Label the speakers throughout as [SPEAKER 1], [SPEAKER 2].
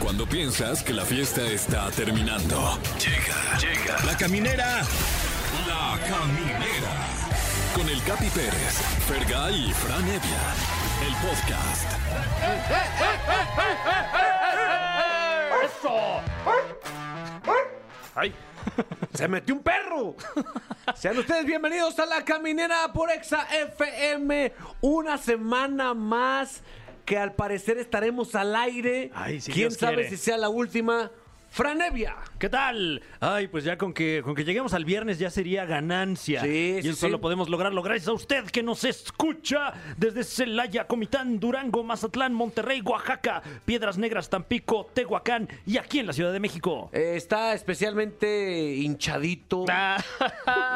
[SPEAKER 1] Cuando piensas que la fiesta está terminando. Llega, llega. La caminera. La caminera. Con el Capi Pérez, Fergay y Fran Evia. El podcast.
[SPEAKER 2] ¡Ay! ¡Se metió un perro! Sean ustedes bienvenidos a La Caminera por Exa FM. Una semana más que al parecer estaremos al aire.
[SPEAKER 3] Ay, si
[SPEAKER 2] ¿Quién
[SPEAKER 3] Dios
[SPEAKER 2] sabe
[SPEAKER 3] quiere.
[SPEAKER 2] si sea la última? Franevia.
[SPEAKER 3] ¿Qué tal? Ay, pues ya con que, con que lleguemos al viernes ya sería ganancia.
[SPEAKER 2] Sí,
[SPEAKER 3] y
[SPEAKER 2] sí,
[SPEAKER 3] eso
[SPEAKER 2] sí.
[SPEAKER 3] lo podemos lograrlo gracias a usted que nos escucha desde Celaya, Comitán, Durango, Mazatlán, Monterrey, Oaxaca, Piedras Negras, Tampico, Tehuacán y aquí en la Ciudad de México.
[SPEAKER 2] Eh, está especialmente hinchadito
[SPEAKER 3] Ah,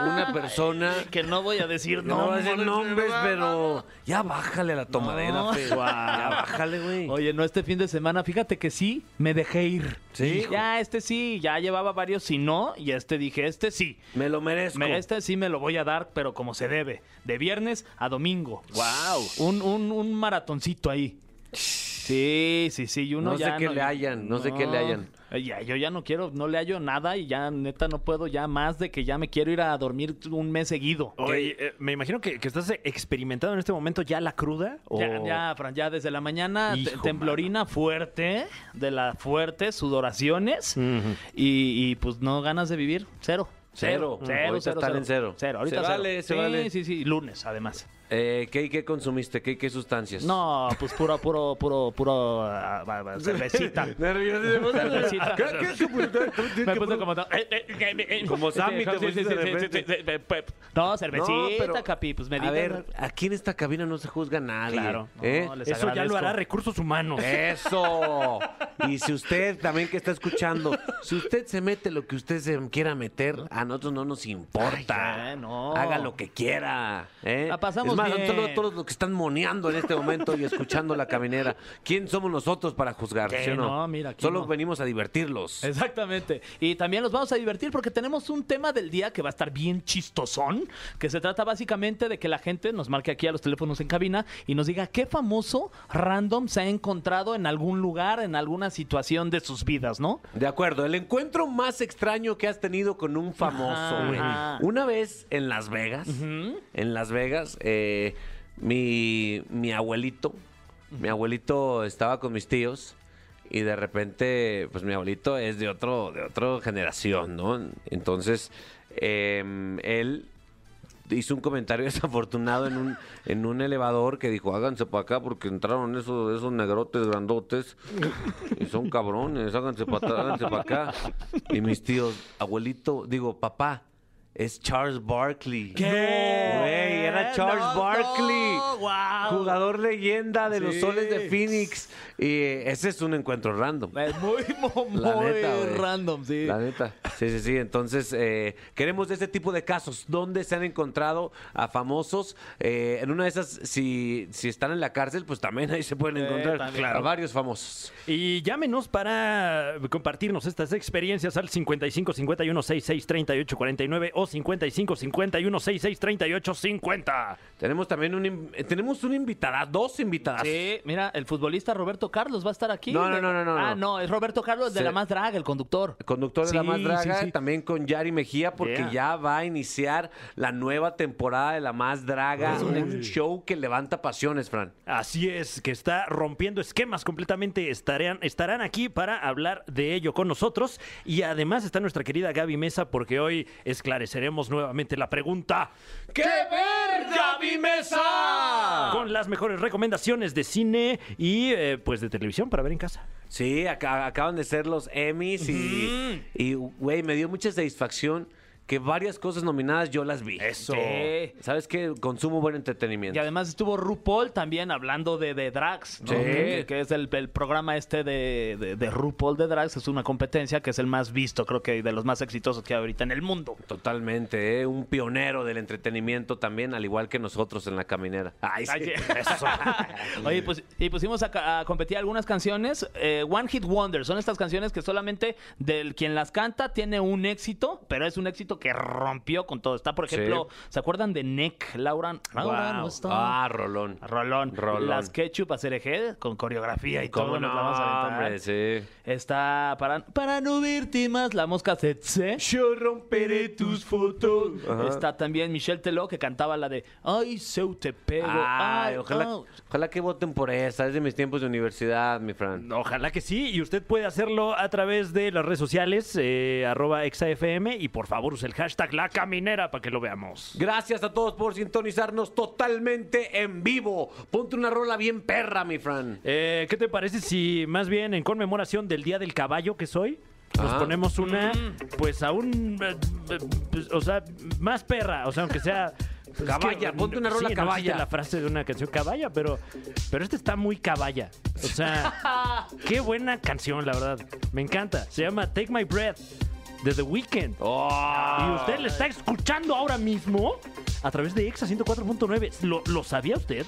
[SPEAKER 2] una persona.
[SPEAKER 3] que no voy a decir
[SPEAKER 2] No voy a decir nombres, pero ya bájale a la tomadera,
[SPEAKER 4] No.
[SPEAKER 2] pe. Ya bájale, güey.
[SPEAKER 4] Oye, no, este fin de semana, fíjate que sí, me dejé ir.
[SPEAKER 2] Sí.
[SPEAKER 4] Ya, este sí, ya llevaba varios si no, y este dije, este sí.
[SPEAKER 2] Me lo merezco.
[SPEAKER 4] Me- este sí me lo voy a dar, pero como se debe, de viernes a domingo. ¡Wow! Un, un, un maratoncito ahí. Sí, sí, sí, y uno
[SPEAKER 2] No sé
[SPEAKER 4] ya
[SPEAKER 2] qué le hayan, no sé qué le hayan.
[SPEAKER 4] Ay, Ya, yo ya no quiero, no le hallo nada y ya neta no puedo ya más de que ya me quiero ir a dormir un mes seguido.
[SPEAKER 3] Oye, eh, me imagino que, que estás experimentando en este momento ya la cruda. o-
[SPEAKER 4] Ya, ya, Fran, ya desde la mañana, te-
[SPEAKER 3] Hijo,
[SPEAKER 4] temblorina fuerte, de la fuerte, sudoraciones y, y, pues no ganas de vivir, cero.
[SPEAKER 2] Cero.
[SPEAKER 4] Cero,
[SPEAKER 2] Mm,
[SPEAKER 4] cero,
[SPEAKER 2] Ahorita
[SPEAKER 4] cero,
[SPEAKER 2] están en cero.
[SPEAKER 4] Cero, ahorita
[SPEAKER 2] Se
[SPEAKER 4] cero.
[SPEAKER 2] vale, se
[SPEAKER 4] sí,
[SPEAKER 2] vale.
[SPEAKER 4] Sí, sí, lunes además.
[SPEAKER 2] Eh, ¿qué, ¿Qué consumiste? ¿Qué, qué sustancias?
[SPEAKER 4] No, pues puro, puro, puro, puro ah, ah, ah, cervecita. Cervecita. Me puse como... eh, eh, eh, eh,
[SPEAKER 2] Como Sammy te
[SPEAKER 4] sí, sí,
[SPEAKER 2] pusiste
[SPEAKER 4] sí,
[SPEAKER 2] de
[SPEAKER 4] sí,
[SPEAKER 2] repente.
[SPEAKER 4] sí, sí, sí, pe- No, cervecita,
[SPEAKER 2] No, pero-
[SPEAKER 4] Capi, pues me
[SPEAKER 2] A
[SPEAKER 4] digas-
[SPEAKER 2] ver, aquí en esta cabina no se juzga a nadie.
[SPEAKER 4] Claro. No,
[SPEAKER 2] ¿eh?
[SPEAKER 4] les
[SPEAKER 3] Eso ya lo
[SPEAKER 4] agradezco.
[SPEAKER 3] hará recursos humanos.
[SPEAKER 2] Eso. Y si usted también que está escuchando, si usted se mete lo que usted se quiera meter, a nosotros no nos importa.
[SPEAKER 4] Ay, ya, no.
[SPEAKER 2] Haga lo que quiera. ¿eh?
[SPEAKER 4] La pasamos
[SPEAKER 2] es más, a
[SPEAKER 4] bien.
[SPEAKER 2] nosotros todos los que están moneando en este momento y escuchando la caminera. ¿Quién somos nosotros para juzgar?
[SPEAKER 4] Que
[SPEAKER 2] ¿sí o no?
[SPEAKER 4] no, mira, aquí
[SPEAKER 2] Solo
[SPEAKER 4] no.
[SPEAKER 2] venimos a divertirlos.
[SPEAKER 4] Exactamente. Y también los vamos a divertir porque tenemos un tema del día que va a estar bien chistosón, que se trata básicamente de que la gente nos marque aquí a los teléfonos en cabina y nos diga qué famoso random se ha encontrado en algún lugar, en alguna situación de sus vidas, ¿no?
[SPEAKER 2] De acuerdo, el encuentro más extraño que has tenido con un famoso,
[SPEAKER 4] Ajá.
[SPEAKER 2] güey. Una vez en Las Vegas, en Las Vegas, eh, mi, mi abuelito, mi abuelito estaba con mis tíos y de repente, pues mi abuelito es de otro, de otra generación, ¿no? Entonces, em, él hizo un comentario desafortunado en un, en un elevador que dijo, háganse para acá porque entraron esos, esos negrotes grandotes y son cabrones, háganse para háganse para acá. Y mis tíos, abuelito, digo, papá, es Charles Barkley. ¿Qué? Güey, era Charles
[SPEAKER 4] No,
[SPEAKER 2] Barkley.
[SPEAKER 4] no, guau.
[SPEAKER 2] Jugador leyenda de los
[SPEAKER 4] Sí.
[SPEAKER 2] soles de Phoenix. Y eh, ese es un encuentro random.
[SPEAKER 4] Es muy,
[SPEAKER 2] La neta, güey.
[SPEAKER 4] random, sí.
[SPEAKER 2] La neta. Sí, sí, sí. Entonces, eh, queremos de este tipo de casos. ¿Dónde se han encontrado a famosos? Eh, en una de esas, si, si están en la cárcel, pues también ahí se pueden
[SPEAKER 4] Eh,
[SPEAKER 2] encontrar
[SPEAKER 4] también.
[SPEAKER 2] a varios famosos.
[SPEAKER 3] Y llámenos para compartirnos estas experiencias al 55 51 66 38 49 o 55 51 66 38 50.
[SPEAKER 2] Tenemos también un, in- eh, tenemos un invitada, dos invitadas.
[SPEAKER 4] Sí, mira, el futbolista Roberto Carlos va a estar aquí.
[SPEAKER 2] No, no, no, no, no,
[SPEAKER 4] Ah,
[SPEAKER 2] no.
[SPEAKER 4] no, es Roberto Carlos de
[SPEAKER 2] Se-
[SPEAKER 4] La Más Draga, el conductor.
[SPEAKER 2] Conductor de La
[SPEAKER 4] Sí,
[SPEAKER 2] Más Draga,
[SPEAKER 4] sí, sí.
[SPEAKER 2] también con Yari Mejía, porque
[SPEAKER 3] Yeah.
[SPEAKER 2] ya va a iniciar la nueva temporada de La Más Draga.
[SPEAKER 3] Uy.
[SPEAKER 2] un show que levanta pasiones, Fran.
[SPEAKER 3] Así es, que está rompiendo esquemas completamente. Estarán, estarán aquí para hablar de ello con nosotros. Y además está nuestra querida Gaby Mesa, porque hoy esclareceremos nuevamente la pregunta.
[SPEAKER 2] ¡Qué ver, Gaby Mesa!
[SPEAKER 3] Con las mejores recomendaciones de cine y eh, pues de televisión para ver en casa.
[SPEAKER 2] Sí, aca- acaban de ser los Emmys y, y, güey, me dio mucha satisfacción que varias cosas nominadas yo las vi.
[SPEAKER 3] Eso.
[SPEAKER 4] Sí.
[SPEAKER 2] ¿Sabes qué? Consumo buen entretenimiento.
[SPEAKER 4] Y además estuvo RuPaul también hablando de, de drags, ¿no?
[SPEAKER 2] Sí.
[SPEAKER 4] que, que es el, el programa este de, de- de RuPaul de drags, es una competencia que es el más visto, creo que de los más exitosos que hay ahorita en el mundo.
[SPEAKER 2] Totalmente, ¿eh? un pionero del entretenimiento también, al igual que nosotros en la caminera. Ay, sí.
[SPEAKER 4] Ay, sí. Oye, pues, y pusimos a, ca- a competir algunas canciones. eh, One Hit Wonder son estas canciones que solamente del quien las canta tiene un éxito, pero es un éxito que rompió con todo. Está, por ejemplo, ¿se acuerdan de Nick? Laura, Laura
[SPEAKER 3] Wow.
[SPEAKER 4] no está.
[SPEAKER 2] Ah, Rolón.
[SPEAKER 4] Rolón.
[SPEAKER 2] Rolón.
[SPEAKER 4] Las ketchup a cereje con coreografía y
[SPEAKER 2] ¿Cómo
[SPEAKER 4] todo. nos la vamos a aventar.
[SPEAKER 2] hombre, sí.
[SPEAKER 4] Está para, para no verte más la mosca tsetse.
[SPEAKER 2] Yo romperé tus fotos.
[SPEAKER 4] Está también Michelle Teló que cantaba la de Ay, Seu te pego.
[SPEAKER 2] Ay,
[SPEAKER 4] ay,
[SPEAKER 2] ojalá,
[SPEAKER 4] au".
[SPEAKER 2] ojalá que voten por esa. Es de mis tiempos de universidad, mi Fran.
[SPEAKER 3] Ojalá que sí, y usted puede hacerlo a través de las redes sociales, eh, arroba exafm, y por favor use el hashtag La Caminera para que lo veamos.
[SPEAKER 2] Gracias a todos por sintonizarnos totalmente en vivo. Ponte una rola bien perra, mi Fran.
[SPEAKER 3] Eh, ¿Qué te parece si más bien en conmemoración del Día del Caballo que soy, nos
[SPEAKER 2] Ah.
[SPEAKER 3] ponemos una, pues aún, eh, eh, pues, o sea, más perra, o sea, aunque sea... pues,
[SPEAKER 2] Caballa, ponte una rola
[SPEAKER 3] sí, no existe
[SPEAKER 2] caballa.
[SPEAKER 3] la frase de una canción caballa, pero, pero esta está muy caballa. O sea, qué buena canción, la verdad. Me encanta. Se llama Take My Breath de The Weeknd. Y
[SPEAKER 2] Oh.
[SPEAKER 3] usted le está escuchando ahora mismo a través de Exa 104.9. ¿Lo, ¿Lo sabía usted?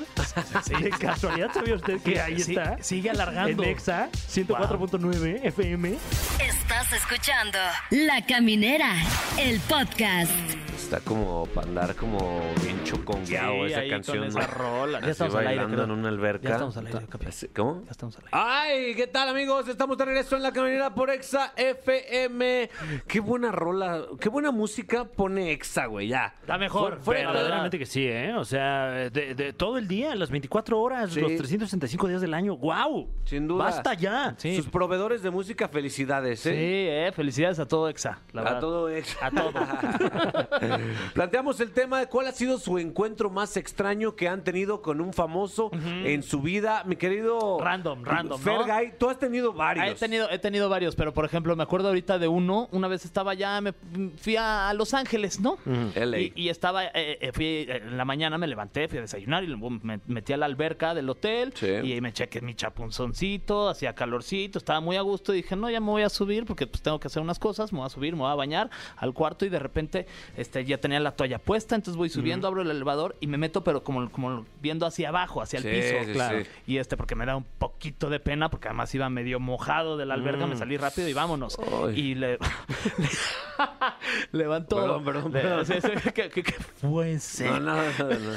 [SPEAKER 3] ¿De casualidad sabía usted que ahí
[SPEAKER 4] Sí,
[SPEAKER 3] está?
[SPEAKER 4] sigue alargando.
[SPEAKER 3] En Exa 104.9 FM.
[SPEAKER 5] Estás escuchando La Caminera, el podcast.
[SPEAKER 2] Está como para andar como bien chocongueado
[SPEAKER 4] Sí,
[SPEAKER 2] esa
[SPEAKER 4] ahí
[SPEAKER 2] canción.
[SPEAKER 4] con esa
[SPEAKER 2] ¿no?
[SPEAKER 4] rola. Ya
[SPEAKER 2] Así
[SPEAKER 4] estamos al aire,
[SPEAKER 2] bailando
[SPEAKER 4] creo.
[SPEAKER 2] en una alberca.
[SPEAKER 4] Ya estamos al aire, Capi.
[SPEAKER 2] Así- ¿Cómo?
[SPEAKER 4] Ya estamos al aire.
[SPEAKER 2] Ay, ¿qué tal amigos? Estamos de regreso en la caminera por Exa FM. Qué buena rola, qué buena música pone Exa, güey, ya.
[SPEAKER 4] La mejor,
[SPEAKER 2] Fuera de la-
[SPEAKER 3] Ah, Verdaderamente que sí, ¿eh? O sea, de, de todo el día, las 24 horas,
[SPEAKER 2] Sí.
[SPEAKER 3] los 365 días del año. ¡Wow!
[SPEAKER 2] Sin duda.
[SPEAKER 3] ¡Basta ya!
[SPEAKER 4] Sí.
[SPEAKER 2] Sus proveedores de música, felicidades,
[SPEAKER 4] Sí,
[SPEAKER 2] ¿eh?
[SPEAKER 4] eh, felicidades a todo Exa, la
[SPEAKER 2] a
[SPEAKER 4] verdad.
[SPEAKER 2] todo Exa.
[SPEAKER 4] A todo.
[SPEAKER 2] Planteamos el tema de cuál ha sido su encuentro más extraño que han tenido con un famoso en su vida, mi querido.
[SPEAKER 4] Random, random, ¿no?
[SPEAKER 2] Fergay, tú has tenido varios.
[SPEAKER 4] Ah, He tenido, he tenido varios, pero por ejemplo, me acuerdo ahorita de uno. Una vez estaba allá, me fui a Los Ángeles, ¿no?
[SPEAKER 2] LA.
[SPEAKER 4] Y, y estaba, eh, eh, fui eh, en la mañana, me levanté, fui a desayunar y luego me metí a la alberca del hotel
[SPEAKER 2] Sí.
[SPEAKER 4] y ahí me chequé mi chapunzoncito, hacía calorcito, estaba muy a gusto. Y dije, no, ya me voy a subir porque pues tengo que hacer unas cosas, me voy a subir, me voy a bañar al cuarto y de repente este, ya tenía la toalla puesta, entonces voy subiendo, abro el elevador y me meto, pero como, como viendo hacia abajo, hacia el
[SPEAKER 2] Sí,
[SPEAKER 4] piso.
[SPEAKER 2] sí, sí.
[SPEAKER 4] Y este, porque me da un poquito de pena, porque además iba medio mojado de la alberga,
[SPEAKER 2] Mm.
[SPEAKER 4] me salí rápido y vámonos.
[SPEAKER 2] Ay.
[SPEAKER 4] Y le. levanto.
[SPEAKER 2] Perdón, perdón,
[SPEAKER 4] le-
[SPEAKER 2] perdón.
[SPEAKER 4] sí, sí, ¿qué- qué- qué fue ese?
[SPEAKER 2] No, no, no, no.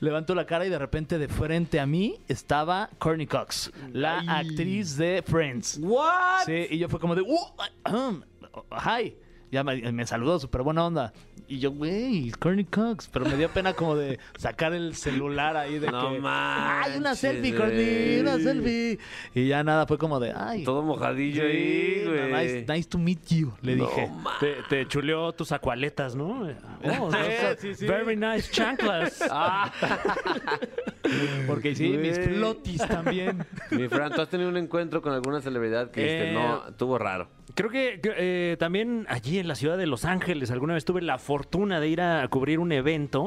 [SPEAKER 4] Levanto la cara y de repente de frente a mí estaba Courtney Cox, la actriz de Friends.
[SPEAKER 2] ¿What?
[SPEAKER 4] Sí, y yo fue como de. "Uh, ahem, ¡Hi! Ya me, me saludó, súper buena onda. Y yo, güey, Courtney Cox. Pero me dio pena como de sacar el celular ahí de
[SPEAKER 2] No
[SPEAKER 4] que.
[SPEAKER 2] manches,
[SPEAKER 4] ¡Ay, una selfie,
[SPEAKER 2] güey!
[SPEAKER 4] Courtney! ¡Una selfie! Y ya nada, fue como de. ¡Ay!
[SPEAKER 2] Todo mojadillo ahí,
[SPEAKER 4] sí,
[SPEAKER 2] güey.
[SPEAKER 4] nice, nice to meet you, le dije.
[SPEAKER 3] Te, te chuleó tus acualetas, ¿no? Oh,
[SPEAKER 4] Sí,
[SPEAKER 3] those
[SPEAKER 4] sí,
[SPEAKER 3] are
[SPEAKER 4] sí.
[SPEAKER 3] Very nice chanclas.
[SPEAKER 2] Ah,
[SPEAKER 4] Porque sí, mis
[SPEAKER 2] Güey.
[SPEAKER 4] flotis también.
[SPEAKER 2] Mi Fran, ¿tú has tenido un encuentro con alguna celebridad que este,
[SPEAKER 3] Eh,
[SPEAKER 2] no tuvo raro?
[SPEAKER 3] Creo que que, eh, también allí en la ciudad de Los Ángeles alguna vez tuve la fortuna de ir a cubrir un evento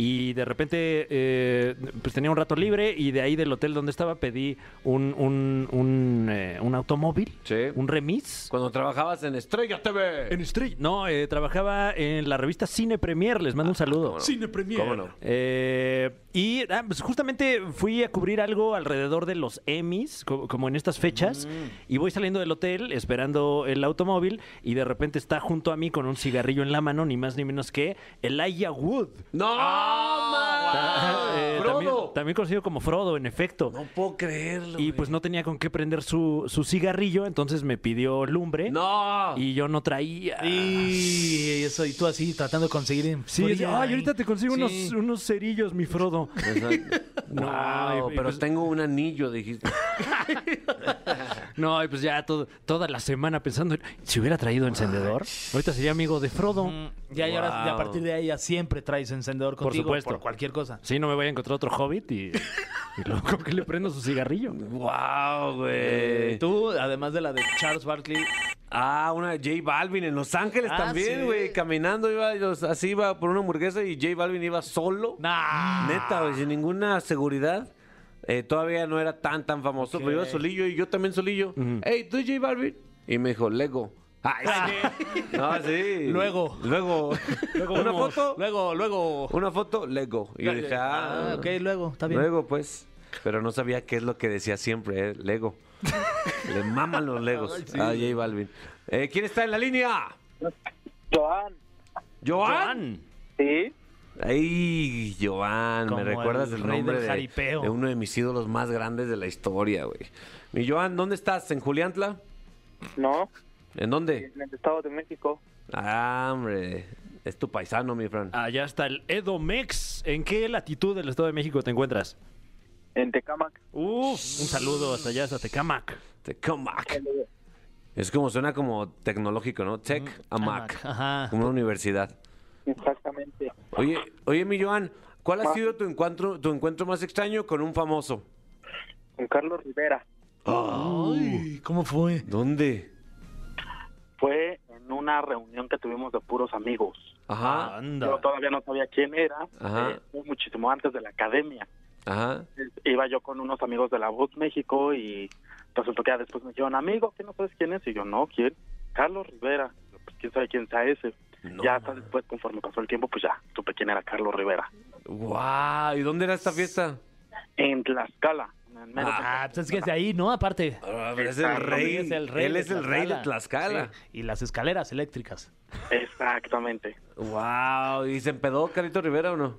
[SPEAKER 3] y de repente eh, pues tenía un rato libre y de ahí del hotel donde estaba pedí un, un, un, eh, un automóvil,
[SPEAKER 2] Sí.
[SPEAKER 3] un remis.
[SPEAKER 2] Cuando trabajabas en Estrella TV.
[SPEAKER 3] En Street. No, eh, trabajaba en la revista Cine Premier, les mando un saludo.
[SPEAKER 2] Ah, ¿Cómo no? ¿Cómo no?
[SPEAKER 3] Eh, y ah, pues justamente fui a cubrir algo alrededor de los Emmys, co- como en estas fechas,
[SPEAKER 2] Mm.
[SPEAKER 3] y voy saliendo del hotel esperando el automóvil y de repente está junto a mí con un cigarrillo en la mano, ni más ni menos que Elijah Wood.
[SPEAKER 2] ¡No,
[SPEAKER 3] Ah,
[SPEAKER 2] man!
[SPEAKER 3] Eh, también,
[SPEAKER 2] ¡Brodo!
[SPEAKER 3] también conocido como Frodo, en efecto.
[SPEAKER 2] No puedo creerlo.
[SPEAKER 3] y pues no tenía con qué prender su, su cigarrillo, entonces me pidió lumbre.
[SPEAKER 2] ¡No!
[SPEAKER 3] Y yo no traía.
[SPEAKER 4] Y eso, y tú así tratando de conseguir. en
[SPEAKER 3] Sí,
[SPEAKER 4] fría,
[SPEAKER 3] es- ay,
[SPEAKER 4] ahí.
[SPEAKER 3] ahorita te consigo
[SPEAKER 4] Sí.
[SPEAKER 3] unos, unos cerillos, mi Frodo. No,
[SPEAKER 2] Wow,
[SPEAKER 3] y- y
[SPEAKER 2] pero
[SPEAKER 3] pues-
[SPEAKER 2] tengo un anillo, dijiste.
[SPEAKER 3] No, y pues ya todo- toda la semana pensando, si hubiera traído encendedor, ahorita sería amigo de Frodo.
[SPEAKER 4] Mm, Ya, y ahora, ya a
[SPEAKER 2] Wow.
[SPEAKER 4] partir de ahí ya siempre traes encendedor
[SPEAKER 3] Por
[SPEAKER 4] contigo.
[SPEAKER 3] supuesto.
[SPEAKER 4] Por cualquier cosa.
[SPEAKER 3] Sí, no me voy a encontrar otro hobbit y, y loco que le prendo su cigarrillo.
[SPEAKER 2] ¡Wow,
[SPEAKER 4] Eh,
[SPEAKER 2] güey!
[SPEAKER 4] tú, además de la de Charles Barkley,
[SPEAKER 2] Ah, una de J Balvin en Los Ángeles
[SPEAKER 4] Ah,
[SPEAKER 2] también,
[SPEAKER 4] sí.
[SPEAKER 2] güey. Caminando, iba, yo- así iba por una hamburguesa y J Balvin iba solo.
[SPEAKER 4] nah.
[SPEAKER 2] Neta, güey, sin ninguna seguridad. Eh, todavía no era tan, tan famoso, pero iba solillo y yo también solillo. Hey, ¿tú J Balvin? Y me dijo, Lego. Ay, sí. No, Ah, sí.
[SPEAKER 4] Ah, Luego.
[SPEAKER 2] Luego. ¿Una
[SPEAKER 4] vemos.
[SPEAKER 2] foto?
[SPEAKER 4] Luego, luego.
[SPEAKER 2] Una foto, Lego. Y yo dije, ah,
[SPEAKER 4] Ah, ok, luego, está bien.
[SPEAKER 2] Luego, pues. Pero no sabía qué es lo que decía siempre, eh, Lego. Le maman los Legos a J Balvin. Eh, ¿Quién está en la línea?
[SPEAKER 6] Joan,
[SPEAKER 2] ¡Joan!
[SPEAKER 6] Sí,
[SPEAKER 2] Ay, Joan, me
[SPEAKER 4] Como
[SPEAKER 2] recuerdas
[SPEAKER 4] el
[SPEAKER 2] el,
[SPEAKER 4] rey
[SPEAKER 2] nombre
[SPEAKER 4] del
[SPEAKER 2] de,
[SPEAKER 4] jaripeo.
[SPEAKER 2] de uno de mis ídolos más grandes de la historia, güey. Mi Joan, ¿dónde estás? ¿En Juliantla?
[SPEAKER 6] no,
[SPEAKER 2] ¿En dónde?
[SPEAKER 6] en el Estado de México.
[SPEAKER 2] Ah, hombre, es tu paisano, mi Fran.
[SPEAKER 3] Allá está el Edomex. ¿En qué latitud del Estado de México te encuentras?
[SPEAKER 6] En Tecamac.
[SPEAKER 3] Uf, un saludo hasta allá, hasta Tecamac.
[SPEAKER 2] Tecamac. Es como suena como tecnológico, ¿no? Tech a
[SPEAKER 4] Amac,
[SPEAKER 2] Mac.
[SPEAKER 4] ajá.
[SPEAKER 2] Como una universidad.
[SPEAKER 6] Exactamente.
[SPEAKER 2] Oye, oye, mi Joan, ¿cuál ha
[SPEAKER 6] Ma.
[SPEAKER 2] sido tu encuentro, tu encuentro más extraño con un famoso?
[SPEAKER 6] Con Carlos Rivera.
[SPEAKER 4] Ay, ¿cómo fue?
[SPEAKER 2] ¿Dónde?
[SPEAKER 6] Fue en una reunión que tuvimos de puros amigos.
[SPEAKER 2] Ajá,
[SPEAKER 6] Yo
[SPEAKER 4] Anda. Ah.
[SPEAKER 6] todavía no sabía quién era.
[SPEAKER 2] Ajá.
[SPEAKER 6] eh, fue muchísimo antes de la academia.
[SPEAKER 2] ajá.
[SPEAKER 6] iba yo con unos amigos de la Voz México y resultó que ya después me dijeron, amigo, ¿qué no sabes quién es? Y yo, no, ¿quién? Carlos Rivera. Yo, Pues quién sabe quién sea ese.
[SPEAKER 2] No,
[SPEAKER 6] ya hasta después, conforme pasó el tiempo, pues ya supe quién era Carlos Rivera.
[SPEAKER 2] Guau, ¿y dónde era esta fiesta?
[SPEAKER 6] En Tlaxcala. en el mero
[SPEAKER 4] Ah,
[SPEAKER 6] centro
[SPEAKER 4] pues es
[SPEAKER 6] de
[SPEAKER 4] que es de ahí, ¿no? Aparte.
[SPEAKER 2] Ah, pero es el rey. Él es el rey de Tlaxcala.
[SPEAKER 4] Sí, Y las escaleras eléctricas.
[SPEAKER 6] Tlaxcala. Exactamente.
[SPEAKER 2] Wow, ¿y se empedó Carito Rivera o no?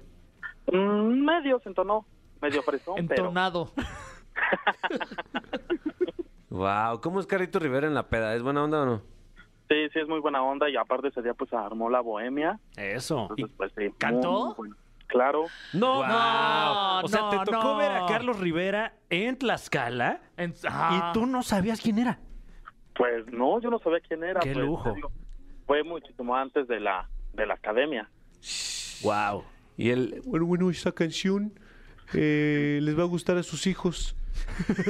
[SPEAKER 6] Mm, medio se entonó, medio fresón, pero
[SPEAKER 4] Entonado.
[SPEAKER 2] Wow, ¿cómo es Carito Rivera en la peda? ¿Es buena onda o no?
[SPEAKER 6] sí, sí es muy buena onda y aparte ese día pues armó la bohemia.
[SPEAKER 3] Eso.
[SPEAKER 6] Entonces, pues, sí, muy,
[SPEAKER 4] cantó?
[SPEAKER 6] muy bueno. Claro.
[SPEAKER 2] No,
[SPEAKER 4] no,
[SPEAKER 3] o sea,
[SPEAKER 4] no,
[SPEAKER 3] te tocó
[SPEAKER 4] no.
[SPEAKER 3] ver a Carlos Rivera en Tlaxcala
[SPEAKER 4] En- ah.
[SPEAKER 3] y tú no sabías quién era.
[SPEAKER 6] Pues no, yo no sabía quién era.
[SPEAKER 3] Qué
[SPEAKER 6] pues,
[SPEAKER 3] lujo.
[SPEAKER 6] te digo, fue muchísimo antes de la de la academia.
[SPEAKER 3] Wow.
[SPEAKER 2] Y él,
[SPEAKER 7] Bueno, bueno, esta canción eh, les va a gustar a sus hijos.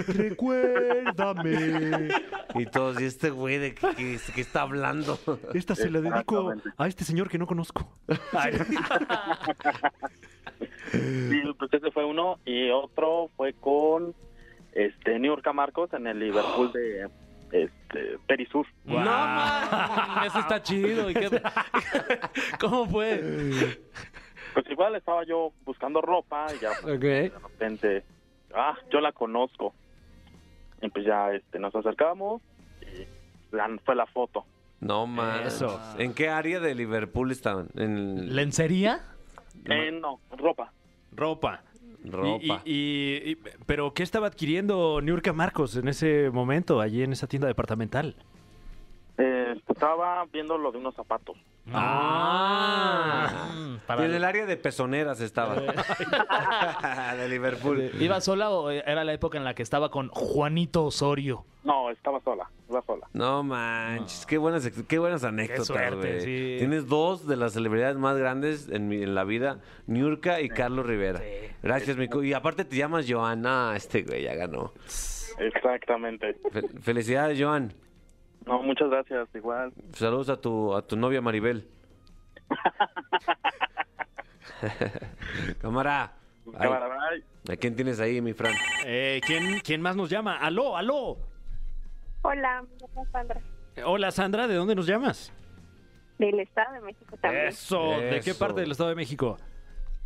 [SPEAKER 7] Recuérdame.
[SPEAKER 2] y todos, ¿y este güey de qué, qué- qué está hablando?
[SPEAKER 7] Esta se la dedico
[SPEAKER 6] Exactamente.
[SPEAKER 7] a este señor que no conozco.
[SPEAKER 6] Y pues ese fue uno y otro fue con este New York Marcos en el Liverpool de este Perisur.
[SPEAKER 4] No mames, eso está chido. ¿y qué- ¿Cómo fue?
[SPEAKER 6] Pues igual estaba yo buscando ropa y ya pues, de repente, ah, yo la conozco. Y pues ya este nos acercamos y la- fue la foto.
[SPEAKER 2] No mames.
[SPEAKER 3] Eso.
[SPEAKER 2] ¿En qué área de Liverpool estaban? En
[SPEAKER 4] ¿Lencería?
[SPEAKER 6] Eh, no, ropa.
[SPEAKER 3] Ropa.
[SPEAKER 2] ropa.
[SPEAKER 3] Y, y- y- y- pero ¿qué estaba adquiriendo Niurka Marcos en ese momento, allí en esa tienda departamental?
[SPEAKER 6] Eh, estaba viendo lo de unos zapatos.
[SPEAKER 2] Ah.
[SPEAKER 4] Mm,
[SPEAKER 2] Y
[SPEAKER 4] para-
[SPEAKER 2] en el área de pezoneras estaba. de Liverpool.
[SPEAKER 4] ¿Iba sola o era la época en la que estaba con Juanito Osorio?
[SPEAKER 6] No, estaba sola, estaba sola.
[SPEAKER 2] No manches, qué buenas ex- qué buenas anécdotas,
[SPEAKER 4] suerte,
[SPEAKER 2] güey.
[SPEAKER 4] sí.
[SPEAKER 2] Tienes dos de las celebridades más grandes en, mi- en la vida, Niurka y Carlos Rivera. Gracias, Mico. Y aparte te llamas Joana, este güey ya ganó.
[SPEAKER 6] Exactamente.
[SPEAKER 2] Fe- felicidades, Joan.
[SPEAKER 6] No, muchas gracias, igual.
[SPEAKER 2] Saludos a tu a tu novia Maribel. Cámara. Ay,
[SPEAKER 6] Cámara, bye.
[SPEAKER 2] ¿A quién tienes ahí, mi Fran?
[SPEAKER 3] Eh, ¿quién, ¿Quién más nos llama? ¡Aló, aló!
[SPEAKER 8] Hola, mi nombre es Sandra,
[SPEAKER 3] Eh, Hola Sandra, ¿de dónde nos llamas?
[SPEAKER 8] del Estado de México también,
[SPEAKER 3] Eso, ¿de qué
[SPEAKER 2] Eso.
[SPEAKER 3] parte del Estado de México?
[SPEAKER 2] Eh.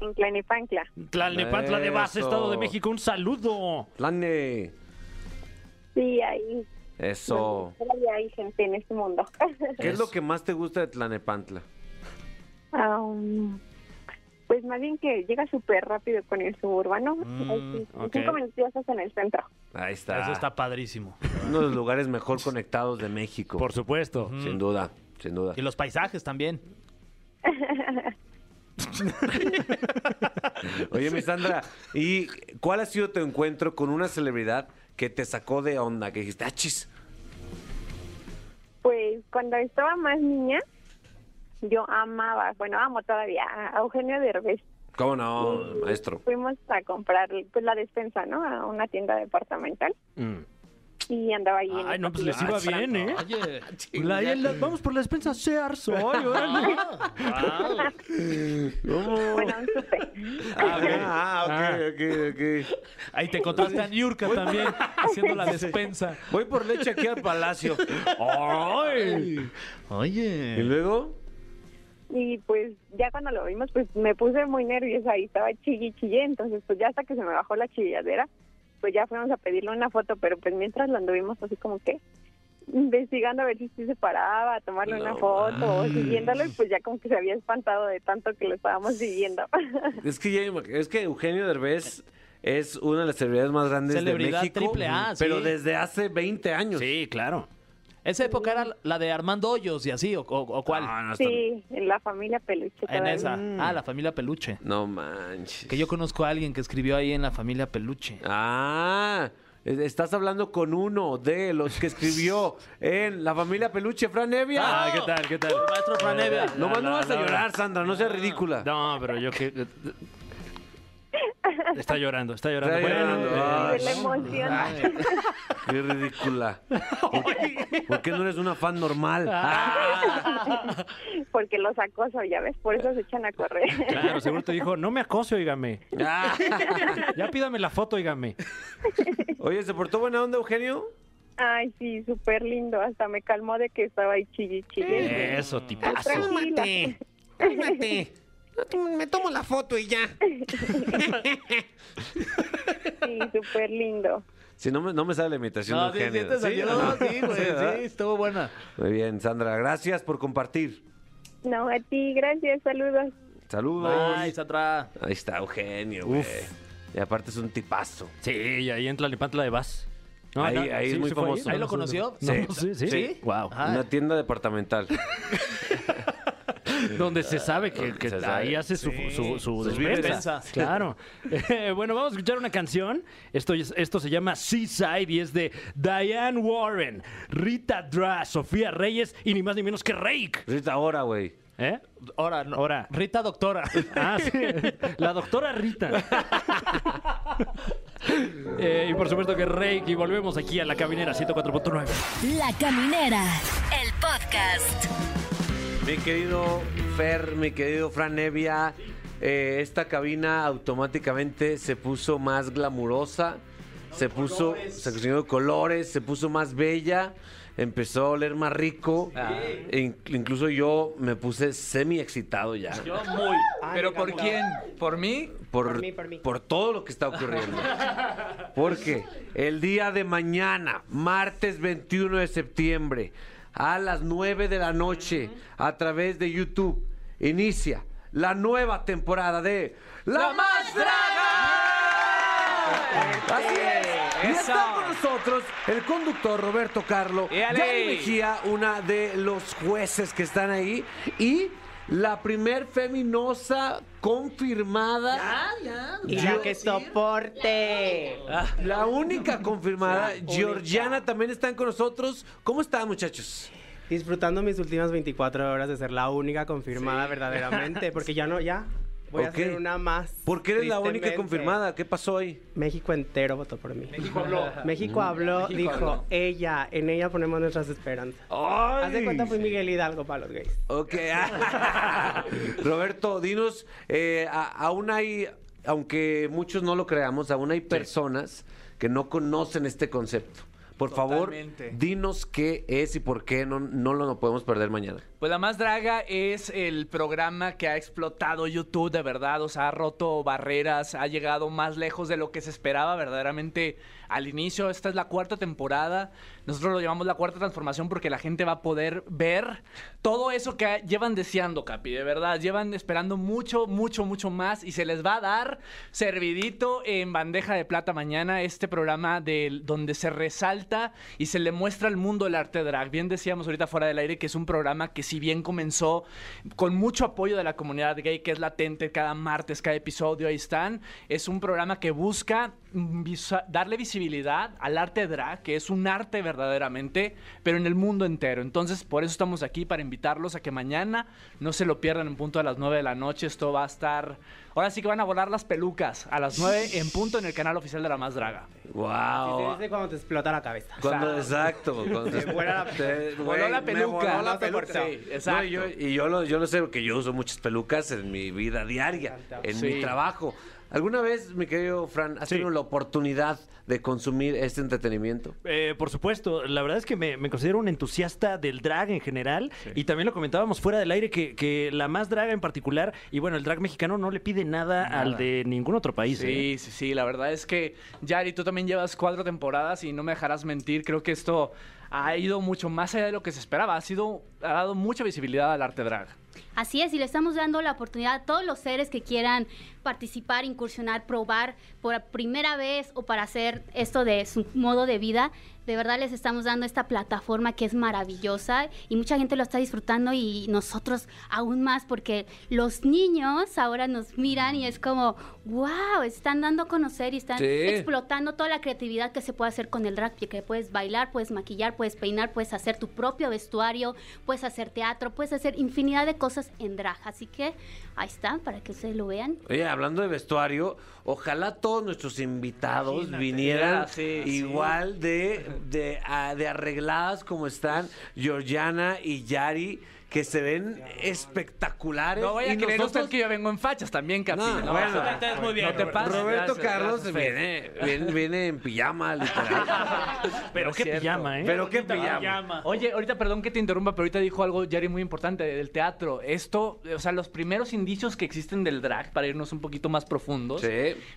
[SPEAKER 8] en Clanipancla.
[SPEAKER 3] Tlalnepantla de Base,
[SPEAKER 2] Eso.
[SPEAKER 3] Estado de México, un saludo.
[SPEAKER 2] Lane.
[SPEAKER 8] Sí, ahí,
[SPEAKER 2] Eso.
[SPEAKER 8] todavía hay gente en este mundo.
[SPEAKER 2] ¿Qué es lo que más te gusta de Tlanepantla?
[SPEAKER 8] Ah, um, pues más bien que llega súper rápido con el suburbano,
[SPEAKER 2] Mm,
[SPEAKER 8] Ahí sí, en
[SPEAKER 3] ok.
[SPEAKER 8] cinco minutos ya estás en el centro.
[SPEAKER 2] Ahí está.
[SPEAKER 4] Eso está padrísimo.
[SPEAKER 2] Uno de los lugares mejor conectados de México.
[SPEAKER 3] Por supuesto.
[SPEAKER 2] Sin duda, sin duda.
[SPEAKER 4] Y los paisajes también.
[SPEAKER 2] Oye, mi Sandra, ¿y cuál ha sido tu encuentro con una celebridad que te sacó de onda? Que dijiste, "Ah, achis.
[SPEAKER 8] Pues cuando estaba más niña, yo amaba, bueno, amo todavía a Eugenio Derbez.
[SPEAKER 2] ¿Cómo no, Oh, maestro?
[SPEAKER 8] Fuimos a comprar pues la despensa, ¿no? A una tienda departamental
[SPEAKER 2] Mm.
[SPEAKER 8] y andaba ahí. en
[SPEAKER 3] Ay, no,
[SPEAKER 8] esa
[SPEAKER 3] pues les
[SPEAKER 8] tienda
[SPEAKER 3] iba bien, ¿eh?
[SPEAKER 4] Oye,
[SPEAKER 3] La- la- vamos por la despensa Sears hoy, órale. Ah.
[SPEAKER 8] Bueno, un súper.
[SPEAKER 2] Ah, ok, ok,
[SPEAKER 4] ahí te encontraste a Niurka también, haciendo la despensa.
[SPEAKER 2] ok. Voy por leche aquí al palacio. ¡Ay! ¿Y
[SPEAKER 4] Oye.
[SPEAKER 2] luego?
[SPEAKER 8] Y pues ya cuando lo vimos, pues me puse muy nerviosa y estaba chille y chille. Entonces, pues ya hasta que se me bajó la chilladera, pues ya fuimos a pedirle una foto, pero pues mientras lo anduvimos así como que investigando a ver si sí se paraba, a tomarle
[SPEAKER 2] No
[SPEAKER 8] una foto o siguiéndolo y pues ya como que se había espantado de tanto que lo estábamos siguiendo.
[SPEAKER 2] Es que, ya imag- es que Eugenio Derbez es una de las celebridades más grandes
[SPEAKER 4] Celebridad
[SPEAKER 2] de México.
[SPEAKER 4] triple A,
[SPEAKER 2] Pero
[SPEAKER 4] sí.
[SPEAKER 2] desde hace 20 años.
[SPEAKER 3] Sí, claro.
[SPEAKER 4] Esa época era la de Armando Hoyos y así, o, o- o cuál.
[SPEAKER 2] Ah, No, no, está- Mm.
[SPEAKER 8] sí, en la familia peluche.
[SPEAKER 4] en
[SPEAKER 8] todavía.
[SPEAKER 4] esa. Ah, la familia Peluche.
[SPEAKER 2] no manches.
[SPEAKER 4] Que yo conozco a alguien que escribió ahí en la familia Peluche.
[SPEAKER 2] Ah, es- estás hablando con uno de los que escribió en La Familia Peluche, Fran Evia.
[SPEAKER 3] Ah, ¿qué tal? ¿Qué tal?
[SPEAKER 4] Maestro Fran Evia.
[SPEAKER 2] no, más no vas a
[SPEAKER 3] no,
[SPEAKER 2] llorar, Sandra, no seas ridícula.
[SPEAKER 3] No, pero yo que. Está llorando, está llorando. Ah,
[SPEAKER 2] Está llorando.
[SPEAKER 3] eh,
[SPEAKER 8] De la
[SPEAKER 2] Ay,
[SPEAKER 8] emoción.
[SPEAKER 2] Qué ridícula. ¿Por, por qué no eres una fan normal? Ah,
[SPEAKER 8] Porque los acoso, ya ves, por eso se echan a correr.
[SPEAKER 3] Claro, seguro te dijo, no me acose, oígame.
[SPEAKER 2] ah.
[SPEAKER 3] Ya pídame la foto, oígame.
[SPEAKER 2] Oye, ¿se portó buena onda, Eugenio?
[SPEAKER 8] Ay, sí, súper lindo. Hasta me calmó de que estaba ahí chille, chille. Pues,
[SPEAKER 3] Eso, tipazo.
[SPEAKER 8] Tranquila.
[SPEAKER 9] Eh, Cálmate. No te- me tomo la foto y ya.
[SPEAKER 8] Sí, súper lindo.
[SPEAKER 2] Si no me, no me sale la imitación
[SPEAKER 4] No, sí,
[SPEAKER 2] de
[SPEAKER 4] sí,
[SPEAKER 2] Eugenio.
[SPEAKER 4] te salió,
[SPEAKER 2] ¿Sí o no?
[SPEAKER 4] sí, güey,
[SPEAKER 2] Sí, ¿verdad?
[SPEAKER 4] sí, estuvo buena.
[SPEAKER 2] Muy bien, Sandra, gracias por compartir.
[SPEAKER 8] No, a ti, gracias, saludos.
[SPEAKER 2] Saludos.
[SPEAKER 4] Ay, Satra.
[SPEAKER 2] Ahí está Eugenio, güey. Y aparte es un tipazo.
[SPEAKER 3] Sí, y ahí en Tlalnepantla de Vaz.
[SPEAKER 2] Ahí- ahí es muy
[SPEAKER 3] fue
[SPEAKER 2] famoso.
[SPEAKER 4] ¿Ahí lo conoció?
[SPEAKER 3] No,
[SPEAKER 2] Sí.
[SPEAKER 3] sí, sí.
[SPEAKER 4] Sí.
[SPEAKER 3] Wow.
[SPEAKER 4] Ah.
[SPEAKER 2] Una tienda departamental.
[SPEAKER 3] Donde se sabe que, que
[SPEAKER 2] Se sabe, Pues
[SPEAKER 3] ahí hace su, su, su
[SPEAKER 2] Sus
[SPEAKER 3] despensa.
[SPEAKER 4] vidas.
[SPEAKER 3] Claro. Eh, bueno, vamos a escuchar una canción. Esto, es- esto se llama Seaside y es de Diane Warren, Rita Dra, Sofía Reyes y ni más ni menos que Rake.
[SPEAKER 2] Rita, ahora, güey.
[SPEAKER 3] ¿Eh?
[SPEAKER 4] Ahora, no.
[SPEAKER 3] Ahora.
[SPEAKER 4] Rita Doctora.
[SPEAKER 3] Ah, sí. La doctora Rita. Eh, y por supuesto que Rake. Y volvemos aquí a la cabinera 104.9.
[SPEAKER 5] La Caminera, el podcast.
[SPEAKER 2] Mi querido Fer, mi querido Fran Evia, eh, esta cabina automáticamente se puso más glamurosa, se puso, se consiguió colores, se puso más bella, empezó a oler más rico. e inc- incluso yo me puse semi excitado ya.
[SPEAKER 10] Muy. ¿Pero por quién? ¿Por mí?
[SPEAKER 2] por, por, todo lo que está ocurriendo. Porque el día de mañana, martes 21 de septiembre, a las 9 de la noche, a través de YouTube, inicia la nueva temporada de La Más Draga. Así es. Y
[SPEAKER 10] Eso.
[SPEAKER 2] está con nosotros el conductor Roberto Carlo,
[SPEAKER 10] ¡Éale!
[SPEAKER 2] Yanni Mejía, una de los jueces que están ahí, y la primer feminosa confirmada.
[SPEAKER 9] Y la que soporte.
[SPEAKER 2] La única confirmada, Ah, Georgiana también están con nosotros. ¿Cómo están, muchachos?
[SPEAKER 9] Disfrutando mis últimas 24 horas de ser la única confirmada verdaderamente, porque ya no, ya. Voy
[SPEAKER 2] Ok.
[SPEAKER 9] a ser una más.
[SPEAKER 2] Porque eres la única
[SPEAKER 9] tristemente.
[SPEAKER 2] confirmada. ¿Qué pasó ahí?
[SPEAKER 9] México entero votó por mí. México habló.
[SPEAKER 2] Mm.
[SPEAKER 9] México habló, dijo ella, en ella ponemos nuestras esperanzas. Haz de cuenta fui Miguel Hidalgo para los gays.
[SPEAKER 2] Ok. Roberto, dinos, eh, a- aún hay, aunque muchos no lo creamos, aún hay personas que no conocen este concepto. Por
[SPEAKER 10] Totalmente.
[SPEAKER 2] favor, dinos qué es y por qué no, no lo podemos perder mañana.
[SPEAKER 10] Pues La Más Draga es el programa que ha explotado YouTube, de verdad. O sea, ha roto barreras, ha llegado más lejos de lo que se esperaba verdaderamente al inicio. Esta es la cuarta temporada. Nosotros lo llamamos la cuarta transformación porque la gente va a poder ver todo eso que llevan deseando, Capi. De verdad, llevan esperando mucho, mucho, mucho más. Y se les va a dar servidito en bandeja de plata mañana este programa del donde se resalta y se le muestra al mundo el arte drag. Bien decíamos ahorita fuera del aire que es un programa que si bien comenzó con mucho apoyo de la comunidad gay que es latente cada martes, cada episodio ahí están, es un programa que busca mm, visa- darle visibilidad al arte drag, que es un arte verdaderamente, pero en el mundo entero. Entonces, por eso estamos aquí para invitarlos a que mañana no se lo pierdan en punto a las 9 de la noche. Esto va a estar Ahora sí que van a volar las pelucas a las 9 en punto en el canal oficial de La Más Draga.
[SPEAKER 9] Y se
[SPEAKER 2] ¡Wow!
[SPEAKER 9] dice cuando te explota la cabeza.
[SPEAKER 2] Cuando, exacto. Cuando
[SPEAKER 9] Se vuela la-
[SPEAKER 2] te-
[SPEAKER 10] voló
[SPEAKER 2] güey,
[SPEAKER 10] la
[SPEAKER 2] me
[SPEAKER 10] peluca,
[SPEAKER 2] voló la
[SPEAKER 9] no te
[SPEAKER 2] peluca.
[SPEAKER 9] cortó.
[SPEAKER 2] Sí,
[SPEAKER 10] No, exacto.
[SPEAKER 2] y yo, y yo lo, yo lo sé porque yo uso muchas pelucas en mi vida diaria, en mi
[SPEAKER 10] Sí.
[SPEAKER 2] trabajo. ¿Alguna vez, mi querido Fran, has tenido la oportunidad de consumir este entretenimiento?
[SPEAKER 3] Eh, por supuesto, la verdad es que me, me considero un entusiasta del drag en general y también lo comentábamos fuera del aire que, que la más draga en particular y bueno, el drag mexicano no le pide nada, al de ningún otro país.
[SPEAKER 10] Sí,
[SPEAKER 3] ¿eh?
[SPEAKER 10] sí, sí, la verdad es que, Yari, tú también llevas cuatro temporadas y no me dejarás mentir, creo que esto ha ido mucho más allá de lo que se esperaba, ha sido, ha dado mucha visibilidad al arte drag.
[SPEAKER 11] Así es, y le estamos dando la oportunidad a todos los seres que quieran participar, incursionar, probar por primera vez o para hacer esto de su modo de vida. De verdad les estamos dando esta plataforma que es maravillosa y mucha gente lo está disfrutando y nosotros aún más porque los niños ahora nos miran y es como, wow, están dando a conocer y están
[SPEAKER 12] Sí.
[SPEAKER 11] explotando toda la creatividad que se puede hacer con el drag, que puedes bailar, puedes maquillar, puedes peinar, puedes hacer tu propio vestuario, puedes hacer teatro, puedes hacer infinidad de cosas en drag. Así que ahí está, para que ustedes lo vean.
[SPEAKER 2] Oye, hablando de vestuario, ojalá todos nuestros invitados
[SPEAKER 10] Imagínate,
[SPEAKER 2] vinieran
[SPEAKER 10] ya, sí,
[SPEAKER 2] igual De, de, a- de arregladas como están Georgiana y Yari, que se ven espectaculares.
[SPEAKER 10] No vaya
[SPEAKER 2] y
[SPEAKER 10] a creer
[SPEAKER 2] nosotros-
[SPEAKER 10] usted que yo vengo en fachas también, Capi.
[SPEAKER 2] No, bueno,
[SPEAKER 10] no te pases.
[SPEAKER 2] Roberto
[SPEAKER 10] Gracias,
[SPEAKER 2] Carlos
[SPEAKER 10] gracias, Fer.
[SPEAKER 2] viene, viene, viene en pijama, literal.
[SPEAKER 10] Pero
[SPEAKER 2] qué pijama, ¿eh? Pero qué pijama. pijama.
[SPEAKER 10] Oye, ahorita perdón que te interrumpa, pero ahorita dijo algo, Jerry, muy importante del teatro. Esto, o sea, los primeros indicios que existen del drag, para irnos un poquito más profundos,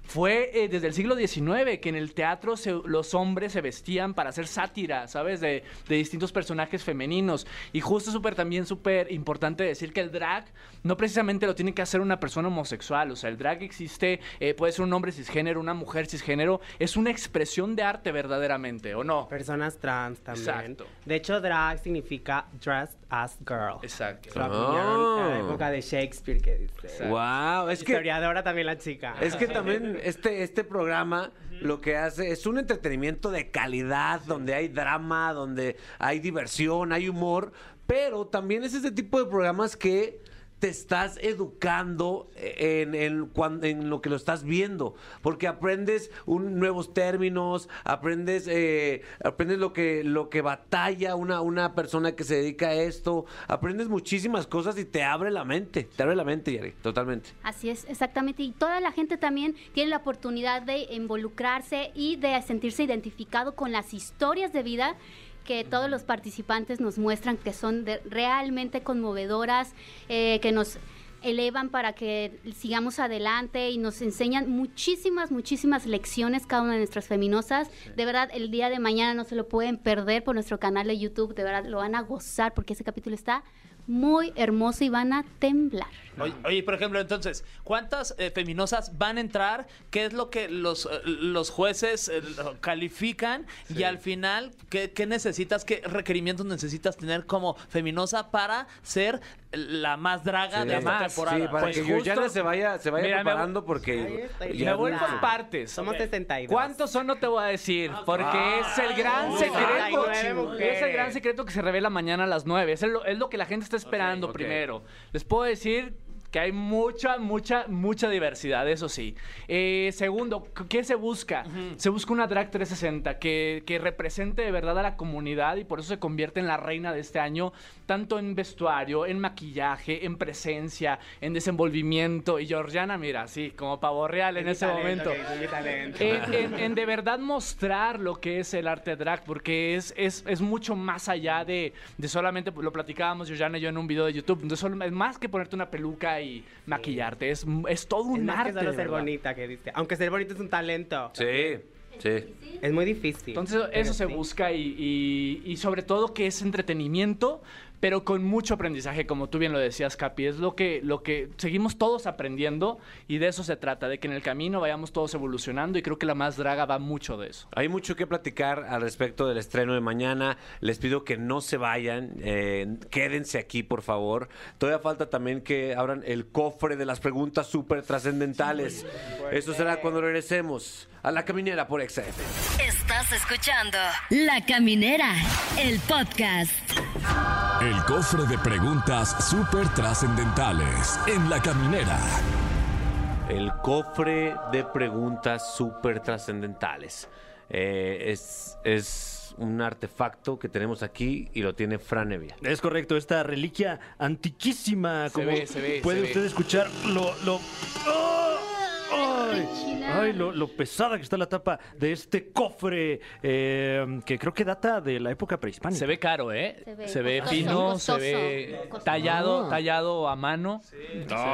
[SPEAKER 10] fue eh, desde el siglo XIX, que en el teatro se- los hombres se vestían para hacer sátira, ¿sabes? De, de distintos personajes femeninos. Y justo súper también súper importante decir que el drag no precisamente lo tiene que hacer una persona homosexual. O sea, el drag existe, eh, puede ser un hombre cisgénero, una mujer cisgénero. Es una expresión de arte verdaderamente, ¿o no?
[SPEAKER 9] Personas trans también.
[SPEAKER 10] Exacto.
[SPEAKER 9] De hecho, drag significa dressed as girl.
[SPEAKER 10] Exacto.
[SPEAKER 9] Lo acuñaron en la época de Shakespeare que dice.
[SPEAKER 2] Wow, Oh. es que-
[SPEAKER 9] Historiadora también la chica.
[SPEAKER 2] Es que también este, este programa lo que hace es un entretenimiento de calidad, donde hay drama, donde hay diversión, hay humor, pero también es este tipo de programas que te estás educando eh, en, en cuan- en lo que lo estás viendo, porque aprendes un- nuevos términos, aprendes, eh, aprendes lo, que, lo que batalla una, una persona que se dedica a esto, aprendes muchísimas cosas y te abre la mente, te abre la mente, Yari, totalmente.
[SPEAKER 11] Así es, exactamente. Y toda la gente también tiene la oportunidad de involucrarse y de sentirse identificado con las historias de vida que todos los participantes nos muestran que son de- realmente conmovedoras, eh, que nos elevan para que sigamos adelante y nos enseñan muchísimas, muchísimas lecciones cada una de nuestras feminosas. De verdad, el día de mañana no se lo pueden perder por nuestro canal de YouTube, de verdad lo van a gozar porque ese capítulo está muy hermoso y van a temblar.
[SPEAKER 4] Oye, oye, por ejemplo, entonces, ¿cuántas eh, feminosas van a entrar? ¿Qué es lo que los, eh, los jueces eh, lo califican? Y al final, ¿qué, qué necesitas, qué requerimientos necesitas tener como feminosa para ser la más draga
[SPEAKER 2] Sí.
[SPEAKER 4] de esta
[SPEAKER 2] Además,
[SPEAKER 4] temporada? Pues
[SPEAKER 2] sí, para que Georgiana se vaya, se
[SPEAKER 10] pues
[SPEAKER 2] vaya
[SPEAKER 10] Mira, me-
[SPEAKER 2] preparando porque ya-
[SPEAKER 10] Me voy por partes.
[SPEAKER 9] Somos 62.
[SPEAKER 10] ¿Cuántos son? No te voy a decir, porque es el gran
[SPEAKER 9] Uy,
[SPEAKER 10] secreto.
[SPEAKER 9] 69 mujeres.
[SPEAKER 10] Es el gran secreto que se revela mañana a las 9. Es, el- es lo que la gente está esperando
[SPEAKER 2] ok.
[SPEAKER 10] primero. Les puedo decir que hay mucha, mucha, mucha diversidad, eso sí. Eh, segundo, c- ¿qué se busca? Se busca una drag 360 que, que represente de verdad a la comunidad y por eso se convierte en la reina de este año, tanto en vestuario, en maquillaje, en presencia, en desenvolvimiento. Y Georgiana, mira, sí, como pavo real en
[SPEAKER 9] mi
[SPEAKER 10] ese
[SPEAKER 9] talento,
[SPEAKER 10] momento. Eh,
[SPEAKER 9] que es mi talento.
[SPEAKER 10] En, en- en de verdad mostrar lo que es el arte drag, porque es, es, es mucho más allá de, de solamente, lo platicábamos Yoyana y yo en un video de YouTube, no es solo- es más que ponerte una peluca y maquillarte, es, es todo
[SPEAKER 9] Es
[SPEAKER 10] un
[SPEAKER 9] más
[SPEAKER 10] arte.
[SPEAKER 9] que solo
[SPEAKER 10] de
[SPEAKER 9] ser
[SPEAKER 10] verdad.
[SPEAKER 9] bonita que Ah, dice. Aunque ser bonita es un talento.
[SPEAKER 2] Sí, sí.
[SPEAKER 9] Es muy difícil.
[SPEAKER 10] Entonces eso se busca y, y- y sobre todo que es entretenimiento, pero con mucho aprendizaje, como tú bien lo decías, Capi. Es lo que, lo que seguimos todos aprendiendo y de eso se trata, de que en el camino vayamos todos evolucionando y creo que la más draga va mucho de eso.
[SPEAKER 2] Hay mucho que platicar al respecto del estreno de mañana. Les pido que no se vayan, eh, quédense aquí, por favor. Todavía falta también que abran el cofre de las preguntas súper trascendentales. Eso será cuando regresemos a la caminera por XF.
[SPEAKER 5] Estás escuchando La Caminera, el podcast.
[SPEAKER 1] El cofre de preguntas súper trascendentales en la caminera.
[SPEAKER 2] El cofre de preguntas súper trascendentales. Eh, es, es un artefacto que tenemos aquí y lo tiene Fran Evia.
[SPEAKER 3] Es correcto, esta reliquia antiquísima,
[SPEAKER 2] Se
[SPEAKER 3] como
[SPEAKER 2] ve, se ve,
[SPEAKER 3] puede
[SPEAKER 2] se ve.
[SPEAKER 3] usted escuchar, lo, lo- ¡Oh! ¡Oh! ¡ah! Ay,
[SPEAKER 11] chila.
[SPEAKER 3] ay, lo, lo pesada que está la tapa de este cofre eh, que creo que data de la época prehispánica.
[SPEAKER 10] Se ve caro, ¿eh?
[SPEAKER 11] Se ve
[SPEAKER 10] Se ve
[SPEAKER 11] costoso,
[SPEAKER 10] fino,
[SPEAKER 11] costoso,
[SPEAKER 10] se ve
[SPEAKER 11] costoso.
[SPEAKER 10] tallado,
[SPEAKER 3] Ah.
[SPEAKER 10] tallado a mano.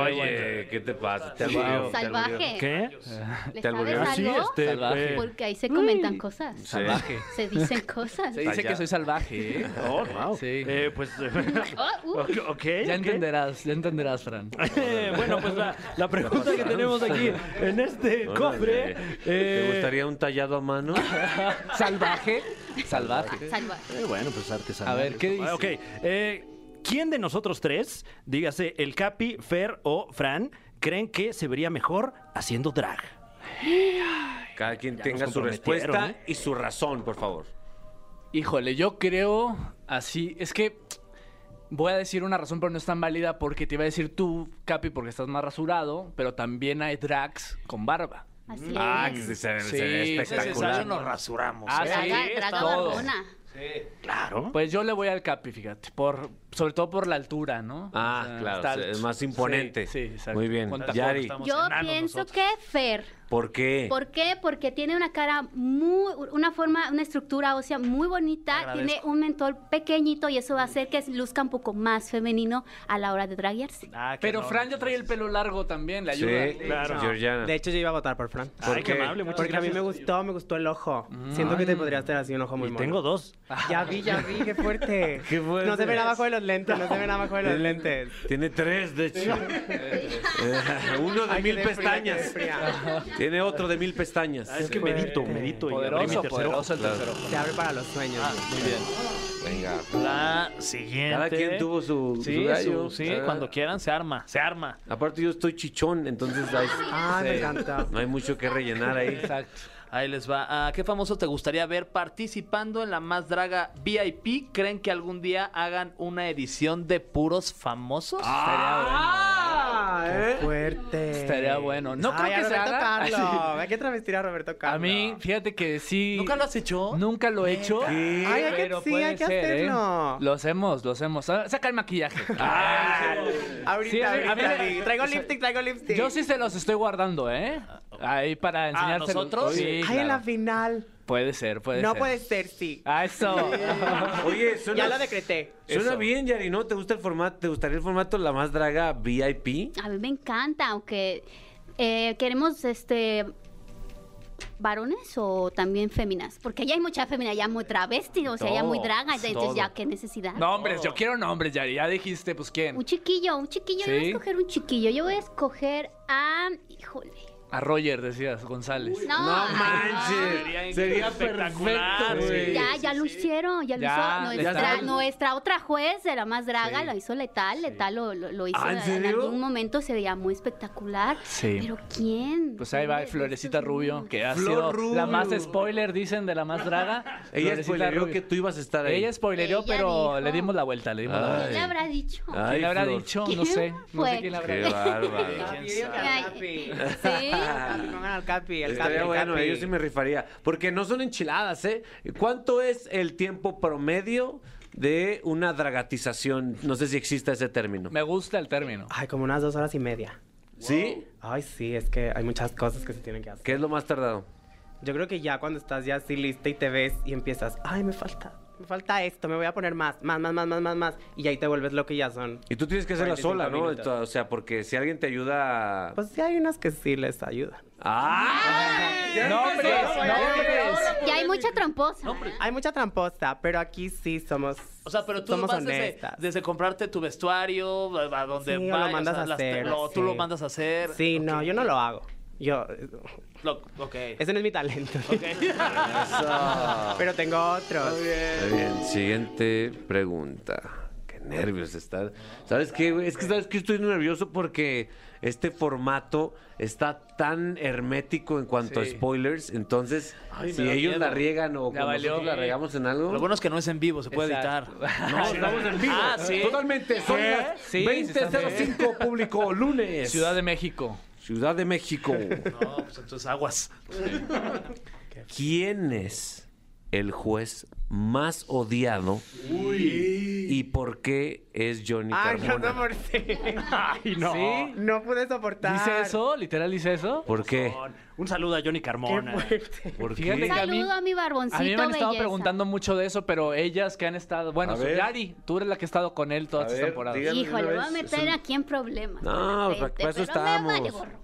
[SPEAKER 2] Oye, ¿qué te pasa? Te
[SPEAKER 10] Sí.
[SPEAKER 2] albureó, te
[SPEAKER 11] Salvaje.
[SPEAKER 2] albureó.
[SPEAKER 3] ¿Qué?
[SPEAKER 11] ¿Le
[SPEAKER 2] Te
[SPEAKER 11] sabes
[SPEAKER 2] albureó.
[SPEAKER 11] algo?
[SPEAKER 3] Sí, este,
[SPEAKER 10] Salvaje.
[SPEAKER 3] eh,
[SPEAKER 11] Porque ahí se comentan cosas.
[SPEAKER 2] Sí.
[SPEAKER 10] Salvaje.
[SPEAKER 11] Se dicen cosas.
[SPEAKER 10] Se dice que soy salvaje, ¿eh?
[SPEAKER 3] Oh, wow.
[SPEAKER 10] Sí.
[SPEAKER 3] Eh, pues,
[SPEAKER 11] Ah, uh.
[SPEAKER 3] ok, ok.
[SPEAKER 10] Ya entenderás, ya entenderás, Fran.
[SPEAKER 3] Eh, bueno, pues la, la pregunta que tenemos aquí en este
[SPEAKER 2] Órale.
[SPEAKER 3] cofre. eh,
[SPEAKER 2] ¿Te gustaría un tallado a mano?
[SPEAKER 10] ¿Salvaje? Salvaje.
[SPEAKER 11] Salvaje.
[SPEAKER 3] eh, bueno, pues artesanal.
[SPEAKER 10] A ver, ¿qué dice?
[SPEAKER 3] Ok. eh, ¿Quién de nosotros tres, dígase el Capi, Fer o Fran, creen que se vería mejor haciendo drag?
[SPEAKER 2] Cada quien tenga
[SPEAKER 3] nos
[SPEAKER 2] su
[SPEAKER 3] comprometieron,
[SPEAKER 2] respuesta
[SPEAKER 10] ¿eh?
[SPEAKER 2] y su razón, por favor.
[SPEAKER 10] Híjole, yo creo así. Es que voy a decir una razón, pero no es tan válida porque te iba a decir tú, Capi, porque estás más rasurado, pero también hay drags con barba.
[SPEAKER 11] Así es.
[SPEAKER 2] Ah, que se, se- se
[SPEAKER 10] Sí,
[SPEAKER 2] ve
[SPEAKER 10] sí,
[SPEAKER 2] espectacular.
[SPEAKER 10] sí, sí, sí.
[SPEAKER 4] rasuramos.
[SPEAKER 10] Ah, sí,
[SPEAKER 2] ¿Eh?
[SPEAKER 11] Draga, draga
[SPEAKER 10] todo.
[SPEAKER 11] barbona.
[SPEAKER 3] Claro.
[SPEAKER 10] Pues yo le voy al Capi, fíjate, por sobre todo por la altura, ¿no?
[SPEAKER 2] Ah,
[SPEAKER 10] O sea,
[SPEAKER 2] claro,
[SPEAKER 10] está
[SPEAKER 2] o sea,
[SPEAKER 10] alto.
[SPEAKER 2] es más imponente.
[SPEAKER 10] Sí, sí, exacto.
[SPEAKER 2] Muy bien.
[SPEAKER 10] Con tacón,
[SPEAKER 2] Yari,
[SPEAKER 10] estamos-
[SPEAKER 11] Yo
[SPEAKER 4] enanos
[SPEAKER 11] pienso
[SPEAKER 4] nosotros.
[SPEAKER 11] que Fer.
[SPEAKER 2] ¿por qué?
[SPEAKER 11] ¿Por qué? Porque tiene una cara muy, una forma, una estructura ósea muy bonita, tiene un mentol pequeñito y eso va a hacer que luzca un poco más femenino a la hora de draguearse.
[SPEAKER 2] Ah,
[SPEAKER 10] Pero Fran ya trae el pelo largo también, le ayuda.
[SPEAKER 2] Sí, claro. Georgiana.
[SPEAKER 9] De hecho, yo iba a votar por Fran.
[SPEAKER 2] ¿Por
[SPEAKER 3] Ay, qué
[SPEAKER 2] qué?
[SPEAKER 3] amable, muchas
[SPEAKER 9] Porque a mí
[SPEAKER 3] gracias.
[SPEAKER 9] me gustó, me gustó el ojo. Siento que te podría hacer así un ojo muy
[SPEAKER 3] Y
[SPEAKER 9] mono.
[SPEAKER 3] tengo dos.
[SPEAKER 9] Ya vi, ya vi, qué fuerte.
[SPEAKER 2] Qué fuerte.
[SPEAKER 9] No se ven abajo de los lentes, no se ven abajo de los lentes.
[SPEAKER 2] Tiene tres, de hecho. Eh, Uno de
[SPEAKER 9] Ay,
[SPEAKER 2] mil
[SPEAKER 9] qué fría,
[SPEAKER 2] pestañas.
[SPEAKER 9] qué fría.
[SPEAKER 2] Tiene otro de mil pestañas.
[SPEAKER 3] Ah, es que medito, medito. y abrí mi
[SPEAKER 10] Poderoso,
[SPEAKER 3] tercer
[SPEAKER 10] poderoso el
[SPEAKER 2] claro.
[SPEAKER 10] tercer ojo. Ah,
[SPEAKER 9] Se abre para los sueños.
[SPEAKER 10] Muy bien.
[SPEAKER 2] Venga.
[SPEAKER 4] La siguiente.
[SPEAKER 2] Cada quien tuvo su, su
[SPEAKER 4] Sí,
[SPEAKER 2] gallo.
[SPEAKER 4] su- sí,
[SPEAKER 2] Ah,
[SPEAKER 4] cuando quieran se arma, se arma.
[SPEAKER 2] Aparte yo estoy chichón, entonces hay-
[SPEAKER 9] Ah, me
[SPEAKER 10] Sí.
[SPEAKER 9] encanta.
[SPEAKER 2] no hay mucho que rellenar ahí.
[SPEAKER 10] Exacto.
[SPEAKER 4] Ahí les va. ¿A qué famoso te gustaría ver participando en la más draga VIP? ¿Creen que algún día hagan una edición de puros famosos?
[SPEAKER 9] Ah,
[SPEAKER 4] ¿eh?
[SPEAKER 9] qué fuerte.
[SPEAKER 10] Estaría bueno. No creo
[SPEAKER 9] Ay, a
[SPEAKER 10] que se
[SPEAKER 9] Roberto
[SPEAKER 10] haga.
[SPEAKER 9] Carlos. Hay que travestir a Roberto Carlos.
[SPEAKER 10] A mí, fíjate que sí.
[SPEAKER 4] ¿Nunca lo has hecho?
[SPEAKER 10] Nunca lo he hecho.
[SPEAKER 9] Ay, hay que-
[SPEAKER 10] pero
[SPEAKER 9] sí,
[SPEAKER 10] puede
[SPEAKER 9] hay que
[SPEAKER 10] ser, ¿eh?
[SPEAKER 9] hacerlo. Ah,
[SPEAKER 10] Lo hacemos, lo hacemos. Ah, Saca el maquillaje. Ah,
[SPEAKER 9] Ahorita,
[SPEAKER 10] Sí, a mí-
[SPEAKER 9] ahorita.
[SPEAKER 10] a mí me-
[SPEAKER 9] di. Traigo lipstick, traigo lipstick.
[SPEAKER 10] Yo sí se los estoy guardando, ¿eh? Ahí para enseñárselos.
[SPEAKER 4] nosotros?
[SPEAKER 10] Sí,
[SPEAKER 9] Ay,
[SPEAKER 10] claro.
[SPEAKER 9] en la final.
[SPEAKER 10] Puede ser, puede
[SPEAKER 9] No
[SPEAKER 10] ser.
[SPEAKER 9] puede ser, sí.
[SPEAKER 10] Ah, eso.
[SPEAKER 2] Oye, suena,
[SPEAKER 9] Ya lo decreté.
[SPEAKER 2] suena
[SPEAKER 10] Eso.
[SPEAKER 2] bien, Yari, ¿no? ¿Te gusta el formato? ¿Te gustaría el formato La Más Draga VIP?
[SPEAKER 11] A mí me encanta, aunque eh, queremos este varones o también féminas, porque ya hay mucha fémina, ya muy travesti, o sea, ya muy
[SPEAKER 2] Todo,
[SPEAKER 11] draga, entonces
[SPEAKER 2] todo.
[SPEAKER 11] ya qué necesidad.
[SPEAKER 10] Nombres,
[SPEAKER 4] Oh.
[SPEAKER 10] yo quiero nombres, Yari. Ya dijiste, pues
[SPEAKER 11] Un
[SPEAKER 10] quién.
[SPEAKER 11] chiquillo, un chiquillo, yo voy
[SPEAKER 10] Sí.
[SPEAKER 11] a escoger un chiquillo, yo voy a escoger a... Híjole.
[SPEAKER 10] A Roger, decías, González.
[SPEAKER 11] No, ay,
[SPEAKER 2] manches! Sería
[SPEAKER 4] espectacular,
[SPEAKER 2] perfecto, güey.
[SPEAKER 11] Ya, ya lo hicieron, ya lo
[SPEAKER 10] Ya,
[SPEAKER 11] hizo.
[SPEAKER 10] le
[SPEAKER 11] Nuestra,
[SPEAKER 10] está-
[SPEAKER 11] nuestra otra juez de la más draga
[SPEAKER 10] Sí.
[SPEAKER 11] lo hizo letal, letal lo, lo- lo hizo.
[SPEAKER 2] ¿Ah, en serio?
[SPEAKER 11] algún momento se veía muy espectacular.
[SPEAKER 10] Sí.
[SPEAKER 11] Pero ¿quién?
[SPEAKER 10] Pues ahí va
[SPEAKER 11] ¿Quién de
[SPEAKER 10] Florecita
[SPEAKER 11] estos
[SPEAKER 10] Rubio,
[SPEAKER 11] niños?
[SPEAKER 10] que ha
[SPEAKER 2] Flor
[SPEAKER 10] sido la
[SPEAKER 2] Rubio.
[SPEAKER 10] más spoiler, dicen, de la más draga.
[SPEAKER 2] Ella
[SPEAKER 10] Florecita
[SPEAKER 2] spoileró
[SPEAKER 10] Rubio.
[SPEAKER 2] que tú ibas a estar ahí.
[SPEAKER 10] Ella spoilereó,
[SPEAKER 11] Ella
[SPEAKER 10] pero
[SPEAKER 11] dijo.
[SPEAKER 10] le dimos la vuelta, le dimos la
[SPEAKER 2] Ay.
[SPEAKER 10] vuelta.
[SPEAKER 11] ¿Quién le habrá dicho?
[SPEAKER 2] Ay,
[SPEAKER 10] ¿Quién le habrá
[SPEAKER 2] Flor.
[SPEAKER 10] dicho? No
[SPEAKER 11] ¿Quién
[SPEAKER 10] sé. No sé
[SPEAKER 11] fue?
[SPEAKER 10] quién le habrá
[SPEAKER 2] ¡Qué
[SPEAKER 10] dicho.
[SPEAKER 2] bárbaro!
[SPEAKER 11] Ay, Sí.
[SPEAKER 9] Capi, pongan al Capi, al Capi,
[SPEAKER 2] Estaría
[SPEAKER 9] al
[SPEAKER 2] bueno,
[SPEAKER 9] Capi.
[SPEAKER 2] yo sí me rifaría. Porque no son enchiladas, ¿eh? ¿Cuánto es el tiempo promedio de una dragatización? No sé si exista ese término.
[SPEAKER 10] Me gusta el término.
[SPEAKER 9] Ay, como unas dos horas y media.
[SPEAKER 2] ¿Sí?
[SPEAKER 9] Ay, sí, es que hay muchas cosas que se tienen que hacer.
[SPEAKER 2] ¿Qué es lo más tardado?
[SPEAKER 9] Yo creo que ya cuando estás ya así lista y te ves y empiezas, ay, me falta, me falta esto, me voy a poner más, más, más, más, más, más, más. Y ahí te vuelves lo que ya son.
[SPEAKER 2] Y tú tienes que hacerla
[SPEAKER 9] 45
[SPEAKER 2] sola, ¿no?
[SPEAKER 9] minutos.
[SPEAKER 2] O sea, porque si alguien te ayuda...
[SPEAKER 9] Pues sí hay unas que sí les ayudan.
[SPEAKER 2] ¡Ah!
[SPEAKER 10] ¡Nombres! ¡Nombres!
[SPEAKER 11] Ya hay mucha tramposa. ¿eh?
[SPEAKER 9] Hay mucha tramposa, pero aquí sí somos
[SPEAKER 4] O sea, pero tú
[SPEAKER 9] somos
[SPEAKER 4] vas desde,
[SPEAKER 9] honestas.
[SPEAKER 4] desde comprarte tu vestuario, a a donde
[SPEAKER 9] Sí, o lo
[SPEAKER 4] vayas,
[SPEAKER 9] mandas a
[SPEAKER 4] las-
[SPEAKER 9] hacer,
[SPEAKER 4] lo- tú
[SPEAKER 9] sí.
[SPEAKER 4] lo mandas a hacer.
[SPEAKER 9] Sí, no, yo no lo hago. Yo,
[SPEAKER 4] Lo- ok.
[SPEAKER 9] ese no es mi talento.
[SPEAKER 4] Ok.
[SPEAKER 9] Pero tengo otros.
[SPEAKER 2] Muy bien, siguiente pregunta. Qué nervios estar. ¿Sabes qué, güey? Es que sabes que estoy nervioso porque este formato está tan hermético en cuanto
[SPEAKER 10] Sí.
[SPEAKER 2] a spoilers. Entonces,
[SPEAKER 4] Ay, me
[SPEAKER 2] si
[SPEAKER 4] da
[SPEAKER 2] ellos
[SPEAKER 4] miedo.
[SPEAKER 2] la riegan o
[SPEAKER 10] Ya
[SPEAKER 2] como
[SPEAKER 10] valió.
[SPEAKER 2] nosotros la regamos en
[SPEAKER 4] Lo
[SPEAKER 2] algo.
[SPEAKER 4] bueno es que no es en vivo, se puede
[SPEAKER 10] Exacto.
[SPEAKER 4] editar.
[SPEAKER 2] No, estamos en vivo.
[SPEAKER 4] Ah, sí.
[SPEAKER 2] Totalmente. Son
[SPEAKER 10] ¿Eh?
[SPEAKER 2] las
[SPEAKER 10] Sí, sí, está
[SPEAKER 2] 20.05 público lunes.
[SPEAKER 10] Ciudad de México.
[SPEAKER 2] Ciudad de México.
[SPEAKER 4] No, pues entonces aguas.
[SPEAKER 2] ¿Quién es el juez más odiado ¿Y por qué es Johnny
[SPEAKER 9] Ay, yo
[SPEAKER 2] Carmona?
[SPEAKER 9] no morcé.
[SPEAKER 3] Ay, no.
[SPEAKER 10] ¿Sí?
[SPEAKER 9] No pude soportar.
[SPEAKER 10] ¿Dice eso? ¿Literal dice eso?
[SPEAKER 2] ¿Por qué?
[SPEAKER 3] Un saludo a Johnny Carmona.
[SPEAKER 2] ¿Por qué?
[SPEAKER 10] Fíjate que a mí,
[SPEAKER 11] Saludo a mi barboncito
[SPEAKER 10] a mí me han estado
[SPEAKER 11] belleza.
[SPEAKER 10] preguntando mucho de eso, pero ellas que han estado... Bueno,
[SPEAKER 2] A ver.
[SPEAKER 10] Yari, tú eres la que ha estado con él
[SPEAKER 2] A
[SPEAKER 10] todas estas
[SPEAKER 2] ver,
[SPEAKER 10] temporadas.
[SPEAKER 2] díganme de
[SPEAKER 11] Híjole,
[SPEAKER 2] una
[SPEAKER 11] voy a
[SPEAKER 2] vez, es
[SPEAKER 11] meter
[SPEAKER 2] un-
[SPEAKER 11] aquí en problemas.
[SPEAKER 2] No,
[SPEAKER 11] de repente,
[SPEAKER 2] para eso
[SPEAKER 11] pero me vale
[SPEAKER 2] estamos.
[SPEAKER 11] gorro.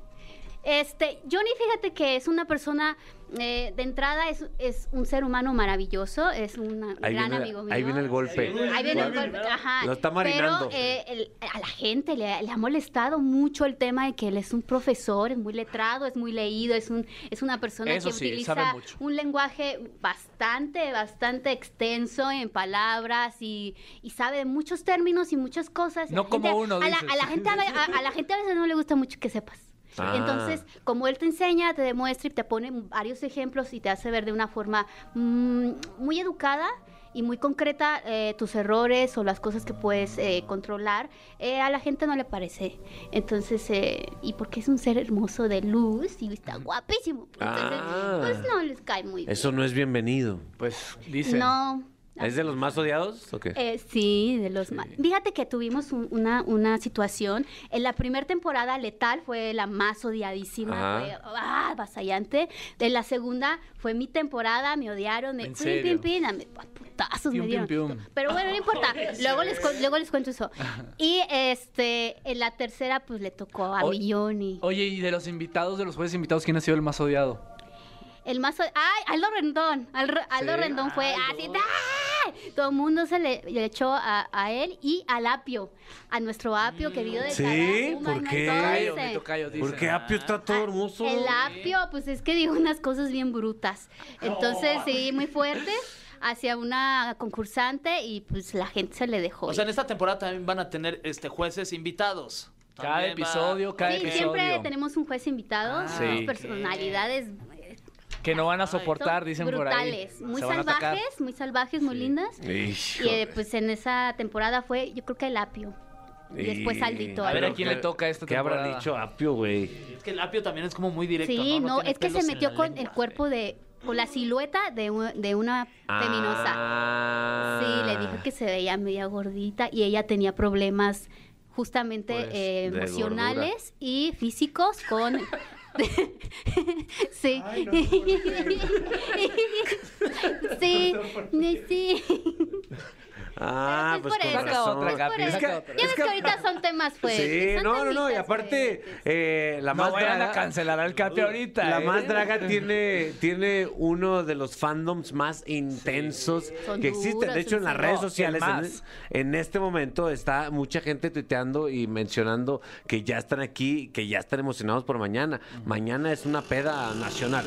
[SPEAKER 11] Este, Johnny, fíjate que es una persona, eh, de entrada es, es un ser humano maravilloso, es una- un
[SPEAKER 2] Ahí,
[SPEAKER 11] gran
[SPEAKER 2] viene,
[SPEAKER 11] amigo mío.
[SPEAKER 2] ahí viene el golpe.
[SPEAKER 11] Ahí viene el golpe, ajá.
[SPEAKER 2] Lo está marinando.
[SPEAKER 11] Pero eh, el- a la gente le, ha- le ha molestado mucho el tema de que él es un profesor, es muy letrado, es muy leído, es un es una persona
[SPEAKER 10] Eso
[SPEAKER 11] que
[SPEAKER 10] sí, sabe
[SPEAKER 11] utiliza
[SPEAKER 10] mucho.
[SPEAKER 11] un lenguaje bastante, bastante extenso en palabras y, y sabe de muchos términos y muchas cosas. Y
[SPEAKER 10] No
[SPEAKER 11] la gente-
[SPEAKER 10] como uno,
[SPEAKER 11] a la,
[SPEAKER 10] dices.
[SPEAKER 11] a la gente a, a- a la gente a veces no le gusta mucho que sepas.
[SPEAKER 2] Ah.
[SPEAKER 11] Entonces, como él te enseña, te demuestra y te pone varios ejemplos y te hace ver de una forma mm, muy educada y muy concreta eh, tus errores o las cosas que puedes eh, controlar, eh, a la gente no le parece. Entonces, eh, y porque es un ser hermoso de luz y está guapísimo. Entonces,
[SPEAKER 2] Ah.
[SPEAKER 11] pues no les cae muy bien.
[SPEAKER 2] Eso no es bienvenido.
[SPEAKER 10] Pues dicen...
[SPEAKER 11] No.
[SPEAKER 2] ¿Es de los más odiados o qué?
[SPEAKER 11] Eh, sí, de los más. Fíjate que tuvimos un- una, una situación. En la primera temporada, Letal fue la más odiadísima,
[SPEAKER 2] Ajá.
[SPEAKER 11] fue ah, avasallante. En la segunda fue mi temporada, me odiaron, me
[SPEAKER 10] ¿En
[SPEAKER 11] pim,
[SPEAKER 10] serio?
[SPEAKER 11] pim, pim, a mí, a putazos
[SPEAKER 10] Pium,
[SPEAKER 11] me dieron.
[SPEAKER 10] pium, pium.
[SPEAKER 11] Pero bueno, no importa. Luego les, cu- luego les cuento eso. Y este, en la tercera, pues le tocó a
[SPEAKER 10] O-
[SPEAKER 11] mi Johnny.
[SPEAKER 10] Oye, y de los invitados, de los jueces invitados, ¿quién ha sido el más odiado?
[SPEAKER 11] El más. ¡Ay! Aldo Rendón. Al- Aldo
[SPEAKER 10] Sí.
[SPEAKER 11] Rendón fue así. ¡ay! Todo el mundo se le, le echó a, a él y al Apio. A nuestro Apio querido de
[SPEAKER 2] ¿Sí?
[SPEAKER 11] Tarahuma,
[SPEAKER 2] ¿Por
[SPEAKER 11] ¿no?
[SPEAKER 2] qué?
[SPEAKER 11] Entonces,
[SPEAKER 10] Tocayo, mi tocayo, dice.
[SPEAKER 2] ¿Por qué Apio está todo hermoso?
[SPEAKER 11] Ah, El Apio, pues es que dijo unas cosas bien brutas. Entonces, sí, muy fuerte. Hacia una concursante y pues la gente se le dejó.
[SPEAKER 12] O sea, en esta temporada también van a tener este jueces invitados.
[SPEAKER 10] Cada
[SPEAKER 12] También va-
[SPEAKER 10] episodio, cada
[SPEAKER 11] sí,
[SPEAKER 10] episodio.
[SPEAKER 11] siempre tenemos un juez invitado,
[SPEAKER 10] Ah,
[SPEAKER 11] unas
[SPEAKER 10] sí.
[SPEAKER 11] personalidades
[SPEAKER 10] Que no van a soportar,
[SPEAKER 11] son
[SPEAKER 10] dicen
[SPEAKER 11] brutales,
[SPEAKER 10] por ahí.
[SPEAKER 11] muy
[SPEAKER 10] Se van a atacar.
[SPEAKER 11] salvajes, muy salvajes, muy lindas. Y eh, pues en esa temporada fue, yo creo que el apio. Y después Aldito.
[SPEAKER 10] A ver a
[SPEAKER 11] Aldito.
[SPEAKER 10] quién le toca esta
[SPEAKER 2] ¿Qué
[SPEAKER 10] temporada.
[SPEAKER 2] habrá dicho Apio, güey?
[SPEAKER 12] Es que el apio también es como muy directo.
[SPEAKER 11] Sí, no,
[SPEAKER 12] tiene
[SPEAKER 11] es que se
[SPEAKER 12] pelos en
[SPEAKER 11] metió
[SPEAKER 12] la
[SPEAKER 11] con el
[SPEAKER 12] lengua.
[SPEAKER 11] cuerpo de, con la silueta de, u- de una feminosa.
[SPEAKER 2] Ah.
[SPEAKER 11] Sí, le dijo que se veía media gordita y ella tenía problemas justamente
[SPEAKER 2] Pues,
[SPEAKER 11] eh,
[SPEAKER 2] de
[SPEAKER 11] emocionales y físicos con... sí. sí, sí.
[SPEAKER 2] Ah, pues
[SPEAKER 11] por
[SPEAKER 2] con
[SPEAKER 11] eso.
[SPEAKER 10] Saca
[SPEAKER 2] razón.
[SPEAKER 10] otra, Capi,
[SPEAKER 2] Es
[SPEAKER 10] saca
[SPEAKER 2] que-
[SPEAKER 10] otra.
[SPEAKER 11] Ya ves que ahorita son temas fuertes.
[SPEAKER 2] Sí,
[SPEAKER 11] son
[SPEAKER 2] no, no, no. Y
[SPEAKER 11] temitas
[SPEAKER 2] aparte, eh, la
[SPEAKER 10] No
[SPEAKER 2] más
[SPEAKER 10] vayan a
[SPEAKER 2] draga,
[SPEAKER 10] cancelar al Capi ahorita.
[SPEAKER 2] la
[SPEAKER 10] ¿eh?
[SPEAKER 2] más draga tiene, tiene uno de los fandoms más intensos
[SPEAKER 11] Son
[SPEAKER 2] que existen.
[SPEAKER 11] duras,
[SPEAKER 2] De hecho, en las
[SPEAKER 11] son-
[SPEAKER 2] redes
[SPEAKER 10] No, el
[SPEAKER 2] sociales, en,
[SPEAKER 10] más.
[SPEAKER 2] en este momento, está mucha gente tuiteando y mencionando que ya están aquí, que ya están emocionados por mañana. Mañana es una peda nacional.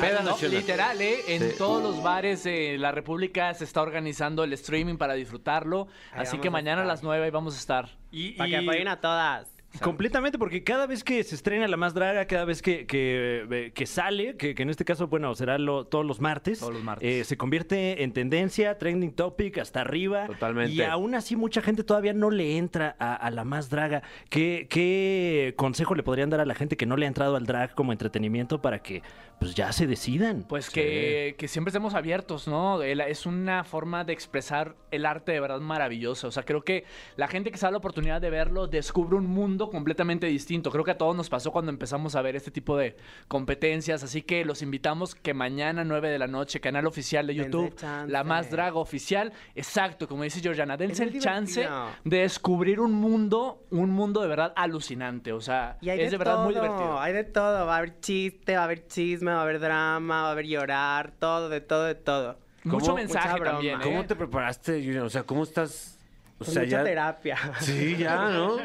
[SPEAKER 2] Peda
[SPEAKER 10] No,
[SPEAKER 2] nacional.
[SPEAKER 10] literal, ¿eh? En
[SPEAKER 2] Sí.
[SPEAKER 10] todos los bares de la República se está organizando el streaming para disfrutarlo. así que
[SPEAKER 9] vamos a
[SPEAKER 10] mañana a,
[SPEAKER 9] estar.
[SPEAKER 10] las 9 ahí vamos a estar.
[SPEAKER 3] Y-
[SPEAKER 9] Para que
[SPEAKER 3] y-
[SPEAKER 9] apoyen a todas.
[SPEAKER 3] Completamente, porque cada vez que se estrena La Más Draga, cada vez que, que, eh, que sale, que, que en este caso, bueno, será lo- todos los martes,
[SPEAKER 10] Todos los martes.
[SPEAKER 3] eh, se convierte en tendencia, trending topic, hasta arriba.
[SPEAKER 2] Totalmente.
[SPEAKER 3] Y aún así mucha gente todavía no le entra a, a La Más Draga. ¿Qué, qué consejo le podrían dar a la gente que no le ha entrado al drag como entretenimiento para que pues ya se decidan?
[SPEAKER 10] Pues que, que siempre estemos abiertos, ¿no? El- Es una forma de expresar el arte de verdad maravillosa. O sea, creo que la gente que se da la oportunidad de verlo descubre un mundo completamente distinto. Creo que a todos nos pasó cuando empezamos a ver este tipo de competencias. Así que los invitamos que mañana 9 de la noche, canal oficial de
[SPEAKER 9] Dense
[SPEAKER 10] YouTube,
[SPEAKER 9] chance.
[SPEAKER 10] La Más Draga Oficial. Exacto, como dice Georgiana, dense
[SPEAKER 9] muy
[SPEAKER 10] el chance
[SPEAKER 9] divertido.
[SPEAKER 10] de descubrir un mundo, un mundo de verdad alucinante. O sea,
[SPEAKER 9] Y hay
[SPEAKER 10] es de, verdad muy
[SPEAKER 9] todo,
[SPEAKER 10] divertido.
[SPEAKER 9] Hay de todo. Va a haber chiste, va a haber chisme, va a haber drama, va a haber llorar, todo, de todo, de todo.
[SPEAKER 10] Mucho
[SPEAKER 2] ¿Cómo-
[SPEAKER 10] mensaje
[SPEAKER 9] mucha broma?
[SPEAKER 10] también. ¿eh?
[SPEAKER 2] ¿Cómo te preparaste, Julian? O sea, ¿cómo estás? O
[SPEAKER 9] Con
[SPEAKER 2] sea,
[SPEAKER 9] mucha
[SPEAKER 2] ya.
[SPEAKER 9] terapia.
[SPEAKER 2] Sí, ya, ¿no? O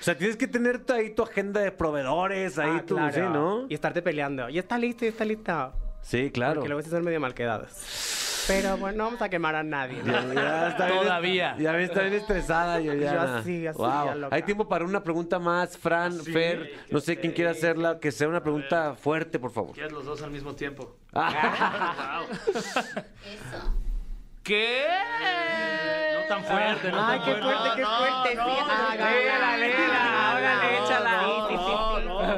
[SPEAKER 2] sea, tienes que tener t- ahí tu agenda de proveedores, ahí
[SPEAKER 9] Ah,
[SPEAKER 2] tú,
[SPEAKER 9] claro.
[SPEAKER 2] sí, ¿no?
[SPEAKER 9] Y estarte peleando. Y está listo, y está lista.
[SPEAKER 2] Sí, claro.
[SPEAKER 9] Porque luego sí son medio malquedados. Pero bueno, no vamos a quemar a nadie. ¿no?
[SPEAKER 2] Ya- ya está bien-
[SPEAKER 10] Todavía.
[SPEAKER 2] ya bien- está bien estresada, Juliana.
[SPEAKER 9] Yo así, así,
[SPEAKER 2] Wow.
[SPEAKER 9] ya loca.
[SPEAKER 2] Hay tiempo para una pregunta más, Fran, Fer, no sé quién quiera hacerla, que sea una pregunta fuerte, por favor. Ah,
[SPEAKER 12] Quieres los dos al mismo tiempo.
[SPEAKER 11] Eso.
[SPEAKER 12] ¿Qué? No tan fuerte, no
[SPEAKER 9] Ay,
[SPEAKER 12] tan
[SPEAKER 9] qué fuerte, qué fuerte. sí, hágala.
[SPEAKER 10] Léela, léela,
[SPEAKER 9] Hágala.
[SPEAKER 10] órale, échala.
[SPEAKER 12] No, no, no.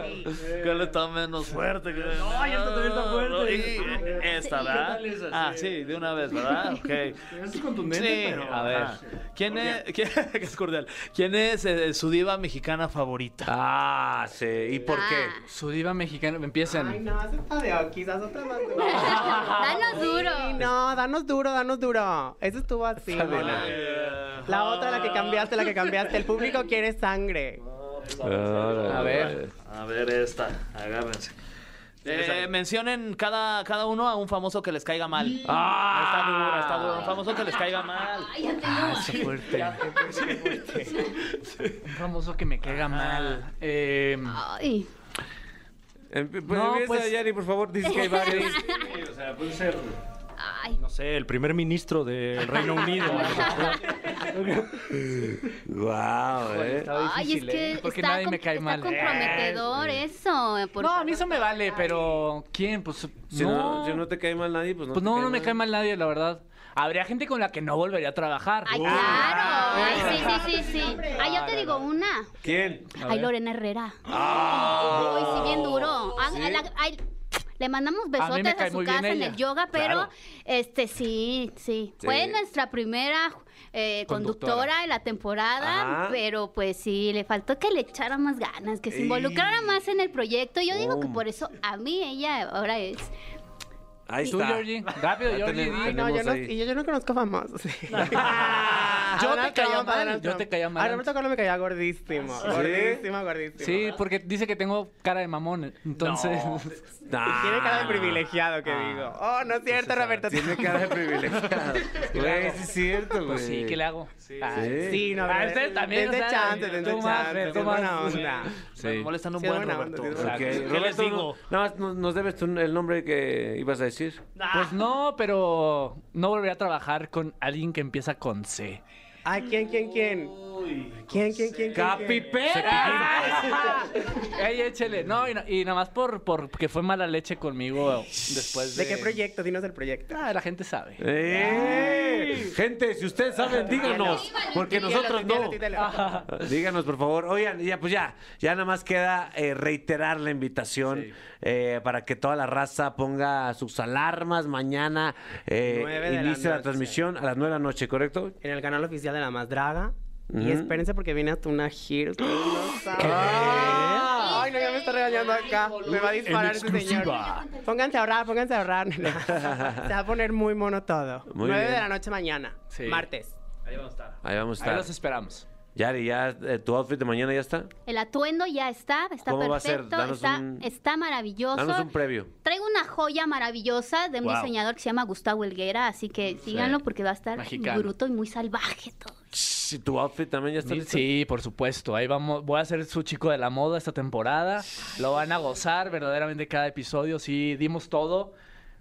[SPEAKER 12] ¿Cuál está menos fuerte? No, eh,
[SPEAKER 3] esta también está fuerte.
[SPEAKER 10] eh,
[SPEAKER 12] Esta,
[SPEAKER 3] Sí,
[SPEAKER 12] ¿verdad?
[SPEAKER 3] ¿qué tal esa?
[SPEAKER 12] Ah, sí, de una vez, ¿verdad? Ok.
[SPEAKER 3] es contundente,
[SPEAKER 12] Sí,
[SPEAKER 3] pero-
[SPEAKER 12] a ver.
[SPEAKER 3] Ajá.
[SPEAKER 12] ¿Quién es, quién, es cordial? ¿Quién es eh, su diva mexicana favorita?
[SPEAKER 2] Ah, sí. ¿Y por qué?
[SPEAKER 10] Su diva mexicana, empiecen.
[SPEAKER 9] Ay, no, acepta de o quizás otra más dura.
[SPEAKER 11] Danos duro.
[SPEAKER 9] Sí, no, danos duro, danos duro. Eso estuvo así.
[SPEAKER 2] Está bien,
[SPEAKER 9] ¿no?
[SPEAKER 2] ah.
[SPEAKER 9] La otra, la que cambiaste, la que cambiaste. El público quiere sangre.
[SPEAKER 2] A
[SPEAKER 12] ver. A ver esta, agárrense. Eh, mencionen cada, cada uno a un famoso que les caiga mal. Está dura, está dura. Un famoso que les caiga mal.
[SPEAKER 11] Ah.
[SPEAKER 10] Sí, ya, qué Ah, fuerte, qué fuerte. Un famoso que me caiga mal. Eh,
[SPEAKER 2] Empi-
[SPEAKER 10] No,
[SPEAKER 2] empieza,
[SPEAKER 10] pues-
[SPEAKER 2] Yari, por favor, dice que hay varios.
[SPEAKER 10] o sea, puede ser.
[SPEAKER 3] No sé, el primer ministro del Reino Unido.
[SPEAKER 2] wow, eh.
[SPEAKER 11] Ay, es que
[SPEAKER 10] Porque
[SPEAKER 11] está,
[SPEAKER 10] nadie me
[SPEAKER 11] com-
[SPEAKER 10] cae
[SPEAKER 11] está
[SPEAKER 10] mal. ¿eh?
[SPEAKER 11] comprometedor eso. eh, por
[SPEAKER 10] No, a mí eso me vale, pero ¿quién? Pues
[SPEAKER 2] Si no, si no te cae mal nadie, pues no.
[SPEAKER 10] Pues
[SPEAKER 2] te
[SPEAKER 10] no,
[SPEAKER 2] cae
[SPEAKER 10] no me
[SPEAKER 2] mal.
[SPEAKER 10] cae mal nadie, la verdad. Habría gente con la que no volvería a trabajar.
[SPEAKER 11] Ay,
[SPEAKER 10] Uh.
[SPEAKER 11] claro. Ay, sí, sí, sí, sí. Ay, yo te digo una.
[SPEAKER 2] ¿Quién?
[SPEAKER 11] Ay, Lorena Herrera.
[SPEAKER 2] Ah.
[SPEAKER 11] Uy, sí, bien duro. Ah,
[SPEAKER 2] ¿Sí?
[SPEAKER 11] la- ay, le mandamos
[SPEAKER 10] me
[SPEAKER 11] besotes a,
[SPEAKER 10] cae
[SPEAKER 11] su
[SPEAKER 10] muy bien
[SPEAKER 11] casa en
[SPEAKER 10] ella.
[SPEAKER 11] el yoga, pero
[SPEAKER 2] Claro.
[SPEAKER 11] este sí, sí,
[SPEAKER 2] Sí.
[SPEAKER 11] Fue nuestra primera eh,
[SPEAKER 2] Conductora.
[SPEAKER 11] conductora. de la temporada,
[SPEAKER 2] Ajá.
[SPEAKER 11] pero pues sí, le faltó que le echara más ganas, que se
[SPEAKER 2] Y-
[SPEAKER 11] involucrara más en el proyecto. Yo digo que
[SPEAKER 2] Oh.
[SPEAKER 11] por eso a mí ella ahora es.
[SPEAKER 2] Ahí
[SPEAKER 10] Tú,
[SPEAKER 2] está.
[SPEAKER 10] Georgie. Rápido,
[SPEAKER 2] Ya
[SPEAKER 10] Georgie.
[SPEAKER 2] tenemos-
[SPEAKER 10] di.
[SPEAKER 9] Ay, no, yo
[SPEAKER 2] tenemos
[SPEAKER 9] no,
[SPEAKER 2] ahí.
[SPEAKER 9] y yo, yo no conozco famosos.
[SPEAKER 10] Yo
[SPEAKER 9] Donald
[SPEAKER 10] te caía
[SPEAKER 9] Trump,
[SPEAKER 10] mal,
[SPEAKER 9] Donald
[SPEAKER 10] yo
[SPEAKER 9] Trump.
[SPEAKER 10] te caía mal.
[SPEAKER 9] A Roberto Carlos me caía gordísimo.
[SPEAKER 2] Ah, ¿Sí?
[SPEAKER 9] Gordísimo, gordísimo.
[SPEAKER 10] Sí, porque dice que tengo cara de mamón. Entonces.
[SPEAKER 2] Ah.
[SPEAKER 9] Tiene cara de privilegiado, que digo.
[SPEAKER 10] Ah.
[SPEAKER 9] Oh, no es cierto, Roberto.
[SPEAKER 2] Pues Tiene cara de privilegiado. Güey, sí es cierto, güey.
[SPEAKER 10] Pues sí, ¿qué le hago? Sí,
[SPEAKER 2] Sí.
[SPEAKER 9] Sí, no,
[SPEAKER 10] Ah,
[SPEAKER 9] pero
[SPEAKER 10] este también.
[SPEAKER 9] dense
[SPEAKER 10] o sea,
[SPEAKER 9] chance, dense
[SPEAKER 10] tú más,
[SPEAKER 9] chance,
[SPEAKER 10] tú
[SPEAKER 9] es
[SPEAKER 10] más.
[SPEAKER 9] buena onda.
[SPEAKER 2] Sí.
[SPEAKER 12] Molestan un
[SPEAKER 9] Sí,
[SPEAKER 12] buen
[SPEAKER 9] buena
[SPEAKER 12] Roberto.
[SPEAKER 9] onda, sí,
[SPEAKER 2] Ok,
[SPEAKER 12] Exacto. ¿Qué les
[SPEAKER 2] Roberto,
[SPEAKER 12] digo?
[SPEAKER 2] no- nada más nos, nos debes tú el nombre que ibas a decir.
[SPEAKER 9] Ah.
[SPEAKER 10] Pues no, pero no volvería a trabajar con alguien que empieza con C.
[SPEAKER 9] Ay, ¿quién, quién, quién? ¿Quién, quién, quién?
[SPEAKER 10] ¡Capipera! Ey, échele. No, y, na- y nada más por, por- porque fue mala leche conmigo después de.
[SPEAKER 9] ¿De qué proyecto? Dinos el proyecto.
[SPEAKER 10] Ah, la gente sabe.
[SPEAKER 2] ¡Eh! Gente, si ustedes saben, díganos, porque nosotros no. Díganos, por favor. Oigan, ya pues ya, ya nada más queda eh, reiterar la invitación eh, para que toda la raza ponga sus alarmas mañana. eh,
[SPEAKER 9] Nueve de la
[SPEAKER 2] inicia la,
[SPEAKER 9] noche.
[SPEAKER 2] transmisión a las nueve de la noche, ¿correcto?
[SPEAKER 9] En el canal oficial de La Más Draga.
[SPEAKER 2] Ujú. ¡Ah!
[SPEAKER 9] Y espérense porque viene hasta una gira. ustedes no saben. Ay, no, ya me está regañando acá. Me va a disparar este señor. Pónganse a ahorrar, pónganse a ahorrar. nena. Se va a poner muy mono todo.
[SPEAKER 2] Muy
[SPEAKER 9] 9
[SPEAKER 2] bien.
[SPEAKER 9] de la noche mañana.
[SPEAKER 10] Sí.
[SPEAKER 9] Martes.
[SPEAKER 2] Ahí vamos a
[SPEAKER 10] Ahí
[SPEAKER 2] estar.
[SPEAKER 10] los esperamos.
[SPEAKER 2] Yari, ya eh, tu outfit de mañana ya está.
[SPEAKER 11] El atuendo ya está, está
[SPEAKER 2] ¿Cómo va a ser?
[SPEAKER 11] perfecto,
[SPEAKER 2] Danos
[SPEAKER 11] está,
[SPEAKER 2] un-
[SPEAKER 11] está maravilloso.
[SPEAKER 2] Danos un previo.
[SPEAKER 11] Traigo una joya maravillosa de un
[SPEAKER 2] Wow.
[SPEAKER 11] diseñador que se llama Gustavo Helguera, así que síganlo porque va a estar
[SPEAKER 10] Mexicano.
[SPEAKER 11] bruto y muy salvaje todo.
[SPEAKER 2] Si tu outfit también ya está listo.
[SPEAKER 10] Sí, por supuesto. Ahí vamos. Voy a ser su chico de la moda esta temporada. Lo van a gozar verdaderamente cada episodio. Sí, dimos todo.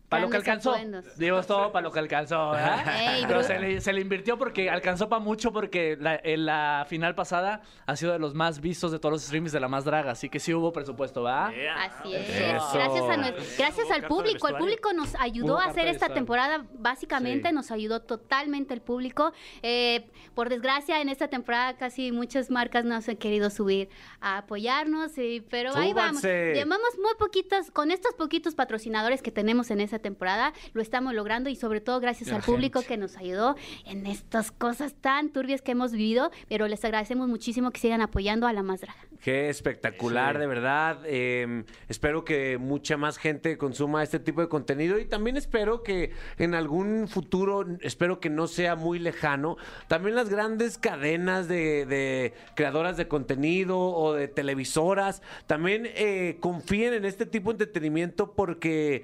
[SPEAKER 10] Para lo que
[SPEAKER 11] Grandes
[SPEAKER 10] alcanzó.
[SPEAKER 11] atuendos.
[SPEAKER 10] Dimos todo para lo que alcanzó, ¿verdad?
[SPEAKER 11] Ey,
[SPEAKER 10] Pero
[SPEAKER 11] bro.
[SPEAKER 10] se le, se le invirtió porque alcanzó para mucho porque la, en la final pasada ha sido de los más vistos de todos los streams de la más draga. Así que sí hubo presupuesto, ¿verdad?
[SPEAKER 2] Eh,
[SPEAKER 11] Así es.
[SPEAKER 2] Eso.
[SPEAKER 11] Gracias, a nuestro- gracias al
[SPEAKER 3] carta de
[SPEAKER 11] público. El
[SPEAKER 3] vestuario.
[SPEAKER 11] público nos ayudó
[SPEAKER 10] Hubo
[SPEAKER 11] a
[SPEAKER 10] carta
[SPEAKER 11] hacer
[SPEAKER 10] de
[SPEAKER 11] esta
[SPEAKER 10] vestuario.
[SPEAKER 11] temporada. Básicamente
[SPEAKER 10] Sí.
[SPEAKER 11] nos ayudó totalmente el público. Eh, por desgracia, en esta temporada casi muchas marcas no se han querido subir a apoyarnos, y- pero ahí vamos.
[SPEAKER 2] Súbanse.
[SPEAKER 11] Llevamos muy poquitos, con estos poquitos patrocinadores que tenemos en esta temporada, lo estamos logrando y sobre todo gracias
[SPEAKER 10] La
[SPEAKER 11] al público
[SPEAKER 10] gente.
[SPEAKER 11] que nos ayudó en estas cosas tan turbias que hemos vivido, pero les agradecemos muchísimo que sigan apoyando a la más draga.
[SPEAKER 2] Qué espectacular, de verdad. Eh, espero que mucha más gente consuma este tipo de contenido y también espero que en algún futuro, espero que no sea muy lejano, también las grandes cadenas de, de creadoras de contenido o de televisoras también eh, confíen en este tipo de entretenimiento porque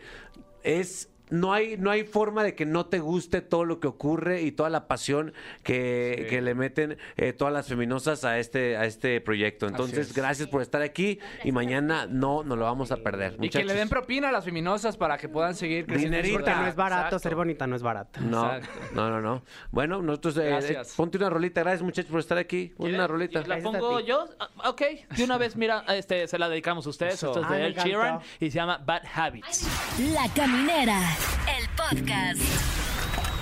[SPEAKER 2] es no hay, no hay forma de que no te guste todo lo que ocurre y toda la pasión que, que le meten eh, todas las feminosas a este, a este proyecto. Entonces,
[SPEAKER 10] es.
[SPEAKER 2] gracias por estar aquí y mañana no nos lo vamos a perder.
[SPEAKER 10] Y que le
[SPEAKER 2] muchachos.
[SPEAKER 10] den propina a las feminosas para que puedan seguir creciendo. en su
[SPEAKER 2] Dinerita.
[SPEAKER 9] Porque no
[SPEAKER 10] arte.
[SPEAKER 9] es barato,
[SPEAKER 10] Exacto.
[SPEAKER 9] ser bonita no es barato.
[SPEAKER 2] No,
[SPEAKER 10] Exacto.
[SPEAKER 2] no, no, no. Bueno, nosotros eh,
[SPEAKER 10] Gracias.
[SPEAKER 2] eh, ponte una rolita, gracias muchachos por estar aquí. Ponte una rolita.
[SPEAKER 4] ¿La
[SPEAKER 9] Gracias a
[SPEAKER 4] pongo
[SPEAKER 9] ti.
[SPEAKER 4] yo? Ah, ok, de una vez, mira, este, se la dedicamos a ustedes.
[SPEAKER 10] Eso.
[SPEAKER 4] Esto es
[SPEAKER 9] Ay,
[SPEAKER 4] de
[SPEAKER 9] Ah, me
[SPEAKER 4] Ed Sheeran
[SPEAKER 9] encantó.
[SPEAKER 4] y se llama Bad Habits.
[SPEAKER 5] La Caminera, el podcast.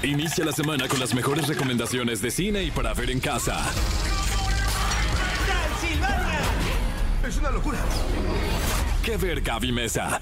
[SPEAKER 1] Inicia la semana con las mejores recomendaciones de cine y para ver en casa. Es una locura. ¿Qué ver, Gaby Mesa?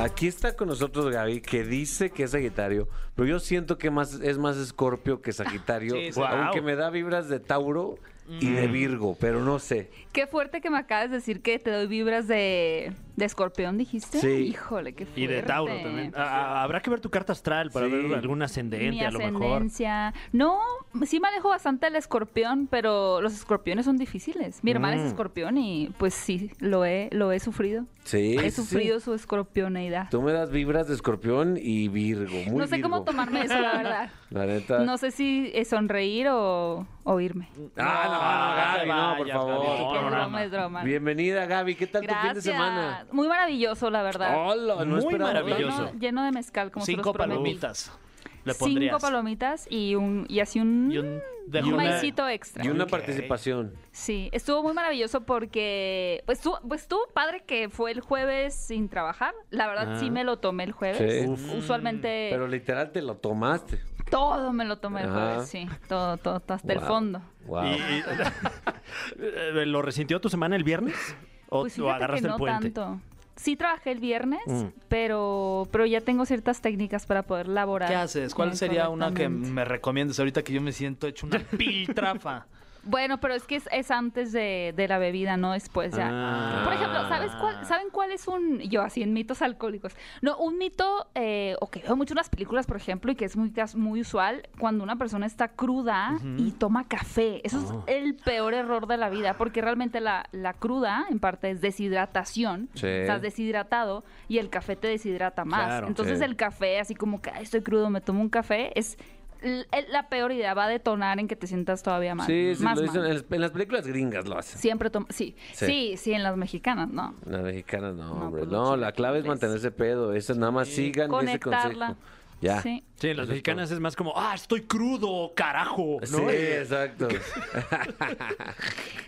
[SPEAKER 2] Aquí está con nosotros Gaby, que dice que es Sagitario, pero yo siento que más, es más Escorpio que Sagitario,
[SPEAKER 13] Sí, sí.
[SPEAKER 2] aunque
[SPEAKER 13] Wow.
[SPEAKER 2] me da vibras de Tauro y de
[SPEAKER 13] Mm.
[SPEAKER 2] Virgo, pero no sé.
[SPEAKER 13] Qué fuerte que me acabas de decir que te doy vibras de, de escorpión, dijiste.
[SPEAKER 3] Sí.
[SPEAKER 13] Híjole, qué fuerte.
[SPEAKER 3] Y de Tauro también. Ah, ah, habrá que ver tu carta astral para ver algún ascendente,
[SPEAKER 13] Mi
[SPEAKER 3] a lo mejor.
[SPEAKER 13] ascendencia. No, sí me alejo bastante del escorpión, pero los escorpiones son difíciles. Mi hermana
[SPEAKER 2] Mm.
[SPEAKER 13] es escorpión y pues sí, lo he, lo he sufrido.
[SPEAKER 2] Sí,
[SPEAKER 13] He
[SPEAKER 2] sí.
[SPEAKER 13] sufrido su escorpioneidad.
[SPEAKER 2] Tú me das vibras de Escorpión y Virgo. Muy
[SPEAKER 13] no sé cómo
[SPEAKER 2] Virgo.
[SPEAKER 13] tomarme eso, la verdad.
[SPEAKER 2] La neta.
[SPEAKER 13] No sé si eh, sonreír o, o irme.
[SPEAKER 2] Ah, no, no, Gaby, no, por favor.
[SPEAKER 13] Es broma, es broma.
[SPEAKER 2] Bienvenida, Gaby. ¿Qué tal tu fin de
[SPEAKER 13] Gracias.
[SPEAKER 2] semana?
[SPEAKER 13] Muy maravilloso, la verdad.
[SPEAKER 2] Hola, no Muy esperaba. maravilloso.
[SPEAKER 13] Lleno, lleno de mezcal, como se
[SPEAKER 4] Cinco
[SPEAKER 13] los prometí.
[SPEAKER 4] palomitas. Le
[SPEAKER 13] Cinco
[SPEAKER 4] pondrías.
[SPEAKER 13] palomitas y un y así un,
[SPEAKER 4] de
[SPEAKER 13] un
[SPEAKER 4] jornada.
[SPEAKER 13] maicito extra.
[SPEAKER 2] Y una participación.
[SPEAKER 13] Sí, estuvo muy maravilloso porque pues estuvo, pues estuvo padre que fue el jueves sin trabajar. La verdad
[SPEAKER 2] Ah.
[SPEAKER 13] sí me lo tomé el
[SPEAKER 2] Sí.
[SPEAKER 13] jueves.
[SPEAKER 2] Uf.
[SPEAKER 13] Usualmente
[SPEAKER 2] Pero literal te lo tomaste.
[SPEAKER 13] todo me lo tomé el
[SPEAKER 2] Ajá.
[SPEAKER 13] jueves, sí, todo, todo, todo, hasta el
[SPEAKER 3] Wow.
[SPEAKER 13] fondo.
[SPEAKER 2] Wow.
[SPEAKER 3] Eh, ¿Lo resintió tu semana el viernes? ¿O,
[SPEAKER 13] Pues
[SPEAKER 3] o
[SPEAKER 13] fíjate
[SPEAKER 3] agarraste
[SPEAKER 13] que no
[SPEAKER 3] el puente?
[SPEAKER 13] tanto. Sí trabajé el viernes,
[SPEAKER 3] Mm.
[SPEAKER 13] pero, pero ya tengo ciertas técnicas para poder laborar.
[SPEAKER 4] ¿Qué haces? ¿Cuál
[SPEAKER 13] eh,
[SPEAKER 4] sería una que
[SPEAKER 13] correctamente.
[SPEAKER 4] me recomiendes ahorita que yo me siento hecho una piltrafa?
[SPEAKER 13] Bueno, pero es que es, es antes de, de la bebida, no después ya.
[SPEAKER 4] Ah.
[SPEAKER 13] Por ejemplo, ¿sabes cuál, ¿saben cuál es un, yo así en mitos alcohólicos? No, un mito, eh, o que veo mucho en las películas, por ejemplo, y que es muy, cas- muy usual, cuando una persona está cruda
[SPEAKER 11] Ujú.
[SPEAKER 13] y toma café. Eso
[SPEAKER 11] Oh.
[SPEAKER 13] es el peor error de la vida, porque realmente la, la cruda, en parte, es deshidratación.
[SPEAKER 11] Sí.
[SPEAKER 13] Estás deshidratado y el café te deshidrata más.
[SPEAKER 11] Claro.
[SPEAKER 13] Entonces
[SPEAKER 11] Sí.
[SPEAKER 13] el café, así como que "Ay, estoy crudo, me tomo un café, es... l- La peor idea va a detonar en que te sientas todavía mal.
[SPEAKER 2] Sí, sí,
[SPEAKER 13] más
[SPEAKER 2] lo
[SPEAKER 13] mal.
[SPEAKER 2] dicen. En las- En las películas gringas lo hacen.
[SPEAKER 13] Siempre toma. Sí.
[SPEAKER 2] Sí.
[SPEAKER 13] sí, sí, en las mexicanas, no.
[SPEAKER 2] Las mexicanas no, hombre.
[SPEAKER 13] pues,
[SPEAKER 2] No, la clave es mantenerse pedo. Eso nada más sigan ese
[SPEAKER 13] Conectarla.
[SPEAKER 2] consejo. Ya.
[SPEAKER 13] Sí.
[SPEAKER 3] Sí, las mexicanas es más como, ah, estoy crudo, carajo. ¿no?
[SPEAKER 2] Sí, exacto.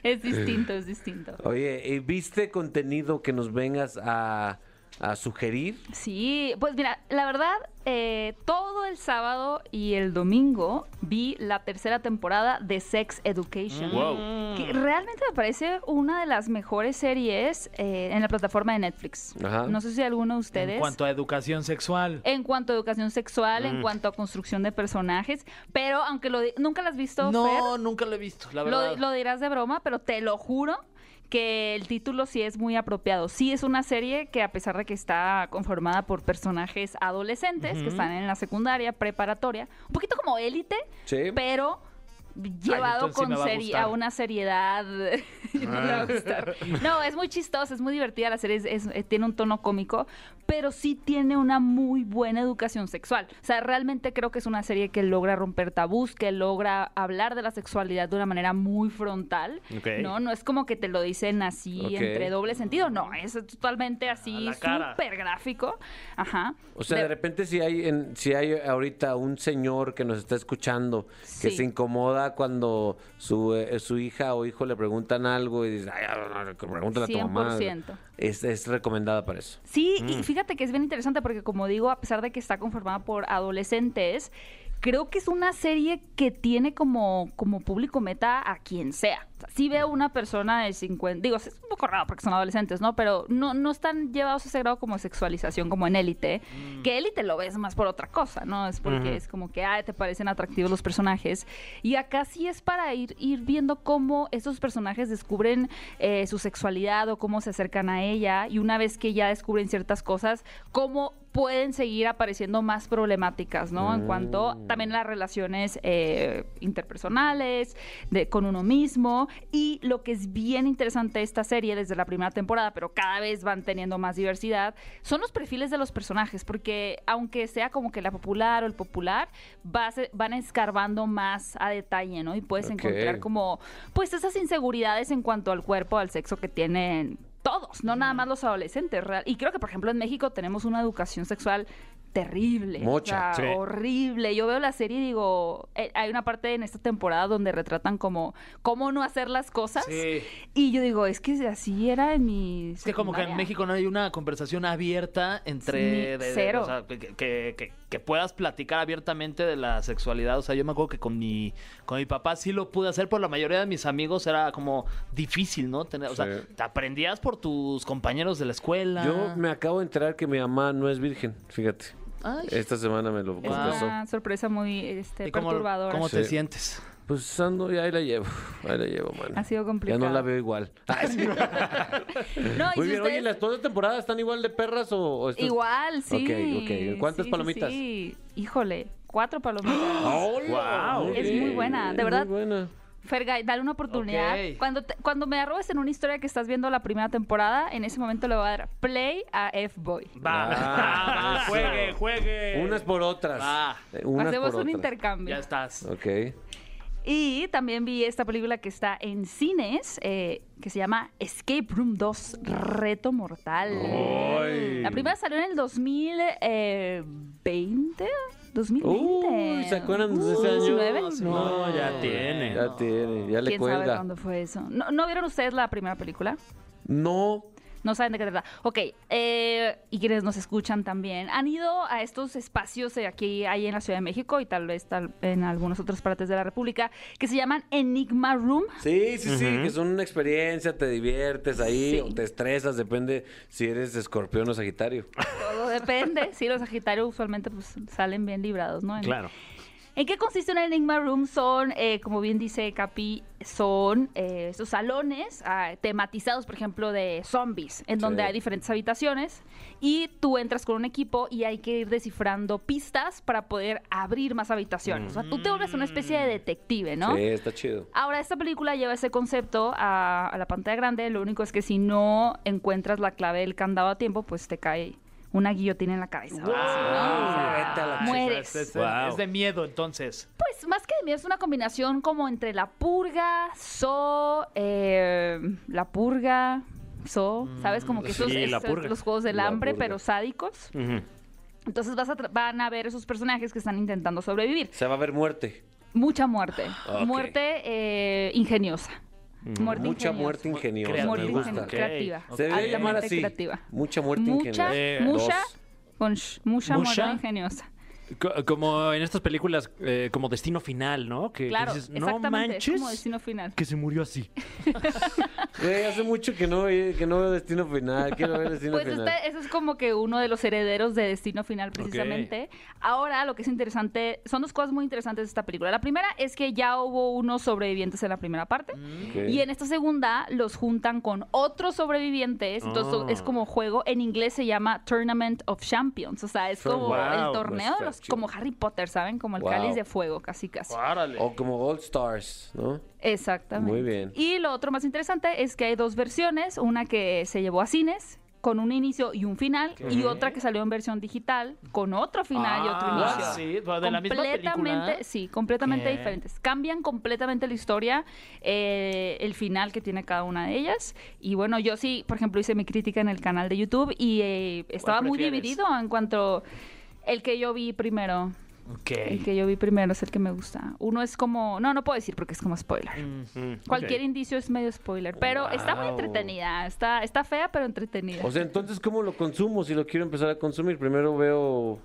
[SPEAKER 13] Es distinto, es distinto.
[SPEAKER 2] Oye, ¿y ¿viste contenido que nos vengas a, a sugerir?
[SPEAKER 13] Sí, pues mira, la verdad, eh, todo el sábado y el domingo vi la tercera temporada de Sex Education.
[SPEAKER 11] Mm. Wow.
[SPEAKER 13] Que realmente me parece una de las mejores series eh, en la plataforma de Netflix.
[SPEAKER 4] Ajá.
[SPEAKER 13] No sé si alguno de
[SPEAKER 4] En
[SPEAKER 13] ustedes.
[SPEAKER 4] cuanto a educación sexual.
[SPEAKER 13] En cuanto a educación sexual, en
[SPEAKER 4] Mm.
[SPEAKER 13] cuanto a construcción de personajes, pero aunque lo di- nunca las has visto,
[SPEAKER 4] No,
[SPEAKER 13] Fer?
[SPEAKER 4] nunca lo he visto, la
[SPEAKER 13] Lo-
[SPEAKER 4] verdad.
[SPEAKER 13] Lo, dirás de broma, pero te lo juro que el título sí es muy apropiado. Sí es una serie que a pesar de que está conformada por personajes adolescentes
[SPEAKER 11] Ujú.
[SPEAKER 13] que están en la secundaria, preparatoria, un poquito como élite,
[SPEAKER 11] Sí.
[SPEAKER 13] pero llevado
[SPEAKER 11] entonces sí
[SPEAKER 13] con
[SPEAKER 11] me va a
[SPEAKER 13] seri-
[SPEAKER 11] gustar.
[SPEAKER 13] a una seriedad. No
[SPEAKER 5] Ah,
[SPEAKER 13] le va a gustar.
[SPEAKER 11] Ah.
[SPEAKER 13] No, es muy chistosa, es muy divertida la serie, es- es- eh, tiene un tono cómico, pero sí tiene una muy buena educación sexual. O sea, realmente creo que es una serie que logra romper tabús, que logra hablar de la sexualidad de una manera muy frontal.
[SPEAKER 11] Ok.
[SPEAKER 13] No, no es como que te lo dicen así
[SPEAKER 2] Ok.
[SPEAKER 13] entre doble sentido, no, es totalmente
[SPEAKER 2] A
[SPEAKER 13] así,
[SPEAKER 2] la cara.
[SPEAKER 13] súper gráfico. Ajá.
[SPEAKER 2] O sea, de,
[SPEAKER 13] De-
[SPEAKER 2] repente si hay en- si hay ahorita un señor que nos está escuchando
[SPEAKER 13] Sí.
[SPEAKER 2] que se incomoda cuando su, eh, su hija o hijo le preguntan algo y dice, "Ay, ah, ah, pregúntale a tu mamá.
[SPEAKER 13] 100%.
[SPEAKER 2] Es, es recomendada para eso.
[SPEAKER 13] Sí,
[SPEAKER 2] Mm.
[SPEAKER 13] y fíjate que es bien interesante porque como digo, a pesar de que está conformada por adolescentes, creo que es una serie que tiene como, como público meta a quien sea. O sea, sí veo una persona de 50, digo, es un poco raro porque son adolescentes, ¿no? Pero no, no están llevados a ese grado como de sexualización como en élite, que élite lo ves más por otra cosa, ¿no? Es porque
[SPEAKER 11] Ujú.
[SPEAKER 13] es como que, ay, te parecen atractivos los personajes. Y acá sí es para ir, ir viendo cómo esos personajes descubren eh, su sexualidad o cómo se acercan a ella. Y una vez que ya descubren ciertas cosas, cómo pueden seguir apareciendo más problemáticas, ¿no? En cuanto
[SPEAKER 11] Mm.
[SPEAKER 13] también a las relaciones eh, interpersonales, de, con uno mismo. Y lo que es bien interesante de esta serie desde la primera temporada, pero cada vez van teniendo más diversidad, son los perfiles de los personajes, porque aunque sea como que la popular o el popular, vas- van escarbando más a detalle, ¿no? Y puedes
[SPEAKER 11] Ok.
[SPEAKER 13] encontrar como, pues, esas inseguridades en cuanto al cuerpo, al sexo que tienen todos, no nada más los adolescentes. real- Y creo que, por ejemplo, en México tenemos una educación sexual terrible,
[SPEAKER 11] Mucha,
[SPEAKER 13] o sea,
[SPEAKER 11] sí.
[SPEAKER 13] horrible. Yo veo la serie y digo, eh, hay una parte en esta temporada donde retratan como cómo no hacer las cosas. Y yo digo, es que así era en mi
[SPEAKER 4] Es que como que en
[SPEAKER 13] secundaria.
[SPEAKER 4] México no hay una conversación abierta entre...
[SPEAKER 13] Ni- cero.
[SPEAKER 4] o sea, que, que- que- que puedas platicar abiertamente de la sexualidad. O sea, yo me acuerdo que con mi, con mi papá sí lo pude hacer, por la mayoría de mis amigos era como difícil, ¿no? Tener, o sea,
[SPEAKER 2] Sí.
[SPEAKER 4] te aprendías por tus compañeros de la escuela.
[SPEAKER 13] Ah,
[SPEAKER 2] Yo me acabo de enterar que mi mamá no es virgen, fíjate.
[SPEAKER 13] Ay.
[SPEAKER 2] Esta semana me lo
[SPEAKER 13] Es
[SPEAKER 2] confesó.
[SPEAKER 13] una sorpresa muy este,
[SPEAKER 4] ¿Y cómo-
[SPEAKER 13] perturbadora.
[SPEAKER 4] cómo te
[SPEAKER 2] Sí.
[SPEAKER 4] sientes?
[SPEAKER 2] Pues ando y ahí la llevo, ahí la llevo, mano.
[SPEAKER 13] Ha sido
[SPEAKER 2] Ya
[SPEAKER 13] complicado.
[SPEAKER 2] no la veo igual. Ay, sí.
[SPEAKER 13] No, y si
[SPEAKER 2] Muy bien, oye,
[SPEAKER 13] ustedes-
[SPEAKER 2] ¿las dos temporadas están igual de perras o, o
[SPEAKER 4] pues,
[SPEAKER 2] estás-
[SPEAKER 13] Igual, sí.
[SPEAKER 2] Ok, ok. ¿Cuántas
[SPEAKER 13] Sí, sí,
[SPEAKER 2] palomitas?
[SPEAKER 13] Sí, Híjole, cuatro palomitas.
[SPEAKER 2] ¡Hola! Muy
[SPEAKER 13] Es
[SPEAKER 2] bien,
[SPEAKER 13] muy buena, de verdad.
[SPEAKER 2] Muy buena.
[SPEAKER 13] Fergay, dale una oportunidad.
[SPEAKER 2] Ok.
[SPEAKER 13] Cuando, te- cuando me arrobes en una historia que estás viendo la primera temporada, en ese momento le voy a dar play a F-Boy.
[SPEAKER 2] Ah, eso.
[SPEAKER 4] Juegue, juegue.
[SPEAKER 2] Unas por otras.
[SPEAKER 4] Va.
[SPEAKER 2] Eh, unas
[SPEAKER 13] Hacemos
[SPEAKER 2] por
[SPEAKER 13] un
[SPEAKER 2] otras.
[SPEAKER 13] intercambio. Eh,
[SPEAKER 4] Ya estás.
[SPEAKER 2] Ok.
[SPEAKER 13] Y también vi esta película que está en cines, eh, que se llama Escape Room 2, Reto Mortal.
[SPEAKER 2] ¡Ay!
[SPEAKER 13] La primera salió en el eh, 2020. 2020.
[SPEAKER 2] Uy, ¿se acuerdan de ese año?
[SPEAKER 13] 19?
[SPEAKER 4] No, ya tiene.
[SPEAKER 2] Ya tiene, ya
[SPEAKER 13] Uh,
[SPEAKER 2] le
[SPEAKER 13] ¿Quién sabe
[SPEAKER 2] cuelga.
[SPEAKER 13] cuándo fue eso? ¿No, no vieron ustedes la primera película?
[SPEAKER 2] No.
[SPEAKER 13] No saben de qué trata. Ok, eh, y quienes nos escuchan también, ¿han ido a estos espacios eh, aquí, ahí en la Ciudad de México y tal vez tal- en algunas otras partes de la República que se llaman Enigma Room?
[SPEAKER 2] Sí, sí, sí, que son una experiencia, te diviertes ahí, o te estresas, depende si eres escorpión o sagitario.
[SPEAKER 13] Todo depende. Sí, los Sagitarios usualmente pues, salen bien librados,
[SPEAKER 4] Ah,
[SPEAKER 13] ¿no? En- ¿En qué consiste una Enigma Room? Son, eh, como bien dice Capi, son eh, estos salones ah, tematizados, por ejemplo, de zombies, en donde
[SPEAKER 11] Sí.
[SPEAKER 13] hay diferentes habitaciones y tú entras con un equipo y hay que ir descifrando pistas para poder abrir más habitaciones. O sea, tú te vuelves una especie de detective, ¿no?
[SPEAKER 2] Mm. Sí, está chido.
[SPEAKER 13] Ahora, esta película lleva ese concepto a, a la pantalla grande. Lo único es que si no encuentras la clave del candado a tiempo, pues te cae una guillotina en la cabeza. ahora sí, ¿no? O sea,
[SPEAKER 4] Ah, Vete a la
[SPEAKER 13] mueres.
[SPEAKER 4] chingada. Es, es-
[SPEAKER 13] Wow.
[SPEAKER 4] es de miedo, entonces.
[SPEAKER 13] Pues más que de miedo, es una combinación como entre la purga, so, eh, la purga, so, ¿sabes? Como que
[SPEAKER 11] sí,
[SPEAKER 13] esos,
[SPEAKER 11] la
[SPEAKER 13] esos-
[SPEAKER 11] purga.
[SPEAKER 13] los juegos del
[SPEAKER 11] La
[SPEAKER 13] hambre,
[SPEAKER 11] purga.
[SPEAKER 13] pero sádicos. Entonces vas a tra- van a ver esos personajes que están intentando sobrevivir.
[SPEAKER 2] Se va a ver muerte.
[SPEAKER 13] Mucha muerte.
[SPEAKER 2] Ok.
[SPEAKER 13] Muerte eh, ingeniosa. Muerte
[SPEAKER 2] Mucha
[SPEAKER 13] ingeniosa.
[SPEAKER 2] muerte ingeniosa.
[SPEAKER 13] Muerte
[SPEAKER 2] me gusta.
[SPEAKER 13] ingeniosa, creativa.
[SPEAKER 2] Se debería
[SPEAKER 13] Altamente
[SPEAKER 2] llamar así.
[SPEAKER 13] creativa.
[SPEAKER 2] Mucha muerte
[SPEAKER 13] Mucha,
[SPEAKER 2] ingeniosa.
[SPEAKER 3] Eh,
[SPEAKER 13] mucha,
[SPEAKER 2] Dos.
[SPEAKER 13] con sh- mucha muerte
[SPEAKER 3] Mucha.
[SPEAKER 13] ingeniosa.
[SPEAKER 3] Co- Como en estas películas, eh, como Destino Final, ¿no? Que, que
[SPEAKER 13] Claro,
[SPEAKER 3] dices, no
[SPEAKER 13] exactamente. es
[SPEAKER 3] manches
[SPEAKER 13] como destino final.
[SPEAKER 3] que se murió así.
[SPEAKER 2] Güey, hace mucho que no, ve- que no veo Destino Final. Quiero ver Destino
[SPEAKER 13] Pues
[SPEAKER 2] Final.
[SPEAKER 13] este- eso es como que uno de los herederos de Destino Final, precisamente. Ahora, lo que es interesante, son dos cosas muy interesantes de esta película. La primera es que ya hubo unos sobrevivientes en la primera parte.
[SPEAKER 2] Mm.
[SPEAKER 13] Y en esta segunda los juntan con otros sobrevivientes. Entonces
[SPEAKER 11] Ah.
[SPEAKER 13] es como juego, en inglés se llama Tournament of Champions. O sea, es
[SPEAKER 2] Wow,
[SPEAKER 13] como el torneo de
[SPEAKER 2] está
[SPEAKER 13] los,
[SPEAKER 2] chido.
[SPEAKER 13] como Harry Potter, ¿saben? Como el
[SPEAKER 2] Wow.
[SPEAKER 13] cáliz de fuego, casi casi.
[SPEAKER 2] O como All Stars, ¿no?
[SPEAKER 13] Exactamente.
[SPEAKER 2] Muy bien.
[SPEAKER 13] Y lo otro más interesante es que hay dos versiones, una que se llevó a cines con un inicio y un final,
[SPEAKER 4] ¿Qué?
[SPEAKER 13] y otra que salió en versión digital con otro final y otro
[SPEAKER 4] Ah,
[SPEAKER 13] inicio.
[SPEAKER 4] sí, pero de la misma película. ¿eh?
[SPEAKER 13] Completamente- sí, completamente
[SPEAKER 4] ¿Qué?
[SPEAKER 13] diferentes. Cambian completamente la historia, eh, el final que tiene cada una de ellas. Y bueno, yo sí, por ejemplo, hice mi crítica en el canal de YouTube y eh, estaba muy
[SPEAKER 4] prefieres?
[SPEAKER 13] dividido en cuanto el que yo vi primero. El
[SPEAKER 4] Ok.
[SPEAKER 13] que yo vi primero es el que me gusta. Uno es como. No, no puedo decir porque es como spoiler.
[SPEAKER 4] Mm.
[SPEAKER 13] Cualquier
[SPEAKER 2] Ok.
[SPEAKER 13] indicio es medio spoiler. Pero está muy
[SPEAKER 2] Wow.
[SPEAKER 13] entretenida. Está, está fea, pero entretenida.
[SPEAKER 2] O sea, entonces, ¿cómo lo consumo si lo quiero empezar a consumir? Primero veo...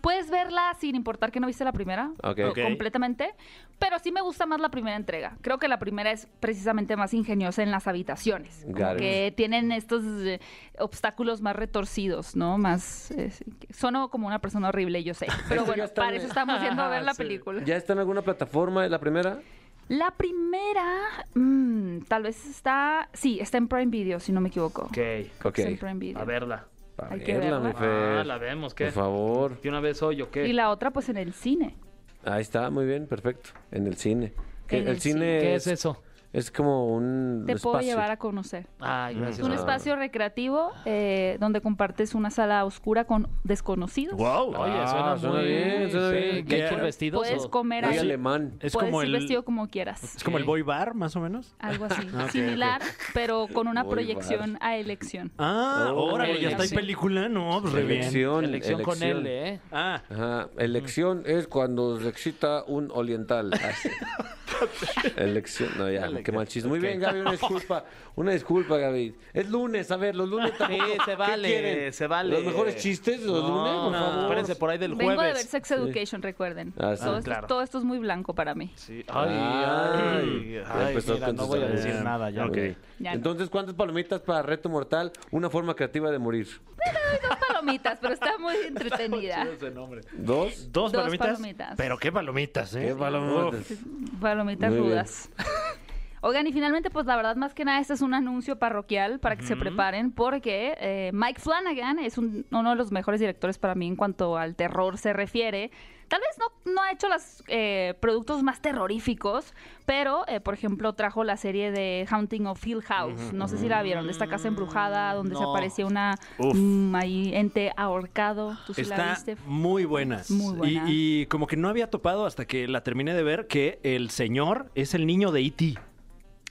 [SPEAKER 13] Puedes verla sin importar que no viste la primera.
[SPEAKER 2] Ok.
[SPEAKER 13] o-
[SPEAKER 2] Ok.
[SPEAKER 13] Completamente. Pero sí me gusta más la primera entrega. Creo que la primera es precisamente más ingeniosa en las habitaciones. como
[SPEAKER 2] Got it.
[SPEAKER 13] que tienen estos eh, obstáculos más retorcidos, ¿no? Más. eh, sueno como una persona horrible, yo sé. Pero
[SPEAKER 2] Esto ya
[SPEAKER 13] bueno,
[SPEAKER 2] está
[SPEAKER 13] para
[SPEAKER 2] en-
[SPEAKER 13] eso estamos yendo a ver la
[SPEAKER 2] Sí.
[SPEAKER 13] película.
[SPEAKER 2] ¿Ya está en alguna plataforma la primera?
[SPEAKER 13] La primera, mm, tal vez está, sí, está en Prime Video, si no me equivoco.
[SPEAKER 4] Ok.
[SPEAKER 2] Ok.
[SPEAKER 13] Está en Prime Video.
[SPEAKER 4] A verla.
[SPEAKER 2] A
[SPEAKER 13] Hay que
[SPEAKER 2] verla,
[SPEAKER 13] verla.
[SPEAKER 2] mi Fer.
[SPEAKER 4] Ah, la vemos, ¿qué?
[SPEAKER 2] Por favor.
[SPEAKER 4] ¿De una vez hoy o
[SPEAKER 13] Y
[SPEAKER 4] qué?
[SPEAKER 13] la otra, pues en el cine.
[SPEAKER 2] Ahí está, muy bien, perfecto. En el cine. Que
[SPEAKER 13] En
[SPEAKER 2] el,
[SPEAKER 13] el
[SPEAKER 2] cine,
[SPEAKER 13] cine. ¿Qué
[SPEAKER 4] es eso?
[SPEAKER 2] Es como un
[SPEAKER 13] Te
[SPEAKER 2] espacio. Ah.
[SPEAKER 13] puedo llevar a conocer.
[SPEAKER 4] Ay, gracias.
[SPEAKER 13] Un espacio recreativo eh, donde compartes una sala oscura con desconocidos.
[SPEAKER 3] oh,
[SPEAKER 4] Oye, suena,
[SPEAKER 2] Ah, suena
[SPEAKER 4] muy
[SPEAKER 2] bien, suena
[SPEAKER 4] sí,
[SPEAKER 2] bien.
[SPEAKER 4] ¿Qué hay
[SPEAKER 3] Quiero-
[SPEAKER 4] vestidos?
[SPEAKER 13] Puedes
[SPEAKER 4] o-
[SPEAKER 13] comer
[SPEAKER 3] Muy
[SPEAKER 13] ahí.
[SPEAKER 3] alemán. Es
[SPEAKER 13] Puedes
[SPEAKER 3] como
[SPEAKER 13] ir
[SPEAKER 3] el-
[SPEAKER 13] vestido como quieras.
[SPEAKER 3] Es como el boy bar, más o menos.
[SPEAKER 13] Algo así.
[SPEAKER 3] Ok, ok.
[SPEAKER 13] Similar, pero con una
[SPEAKER 3] Voy,
[SPEAKER 13] proyección
[SPEAKER 3] vas.
[SPEAKER 13] a elección.
[SPEAKER 3] Ah,
[SPEAKER 2] Oh,
[SPEAKER 3] órale, ya está en
[SPEAKER 2] elección.
[SPEAKER 3] película, no, pues re bien.
[SPEAKER 2] Elección,
[SPEAKER 4] Elección con L, ¿eh?
[SPEAKER 3] Ah.
[SPEAKER 2] Ajá. Elección es cuando se excita un oriental. Ah, sí. Elección. No, ya, qué mal chiste. Muy
[SPEAKER 14] Ok.
[SPEAKER 2] bien, Gaby, una disculpa. Una disculpa, Gaby. Es lunes, a ver, los lunes también.
[SPEAKER 4] se vale, se vale.
[SPEAKER 2] ¿Los mejores chistes los
[SPEAKER 4] No,
[SPEAKER 2] lunes, por
[SPEAKER 4] no,
[SPEAKER 2] favor?
[SPEAKER 4] espérense, por ahí del
[SPEAKER 13] Vengo de ver Sex Education, recuerden.
[SPEAKER 2] Ah, sí.
[SPEAKER 13] todo,
[SPEAKER 2] Ah,
[SPEAKER 13] esto,
[SPEAKER 2] claro.
[SPEAKER 13] todo esto es muy blanco para mí.
[SPEAKER 2] Ay, ay,
[SPEAKER 14] ay, mira, no voy a decir nada ya.
[SPEAKER 2] Ok.
[SPEAKER 13] Ya no.
[SPEAKER 2] Entonces, ¿cuántas palomitas para Reto Mortal? Una forma creativa de morir.
[SPEAKER 13] Dos palomitas, pero está muy entretenida.
[SPEAKER 2] ¿Dos?
[SPEAKER 3] Dos,
[SPEAKER 13] Dos
[SPEAKER 3] palomitas,
[SPEAKER 13] palomitas.
[SPEAKER 3] Pero qué palomitas, ¿eh?
[SPEAKER 2] Qué palomitas.
[SPEAKER 3] Uf.
[SPEAKER 13] Palomitas
[SPEAKER 3] Muy bien.
[SPEAKER 13] rudas. Oigan, y finalmente, pues la verdad, más que nada, este es un anuncio parroquial para que se
[SPEAKER 11] Ujú.
[SPEAKER 13] preparen, porque eh, Mike Flanagan es un- uno de los mejores directores para mí en cuanto al terror se refiere. Tal vez no, no ha hecho los productos más terroríficos, pero, eh, por ejemplo, trajo la serie de Haunting of Hill House.
[SPEAKER 11] Ujú.
[SPEAKER 13] No sé si la vieron, de esta casa embrujada donde se
[SPEAKER 3] No.
[SPEAKER 13] aparecía una
[SPEAKER 3] Uf.
[SPEAKER 13] mm, ahí, ente ahorcado. ¿Tú sí la
[SPEAKER 3] Está
[SPEAKER 13] viste?
[SPEAKER 3] muy buena.
[SPEAKER 13] Muy buena.
[SPEAKER 3] Y, y como que no había topado hasta que la terminé de ver que el señor es el niño de E.T.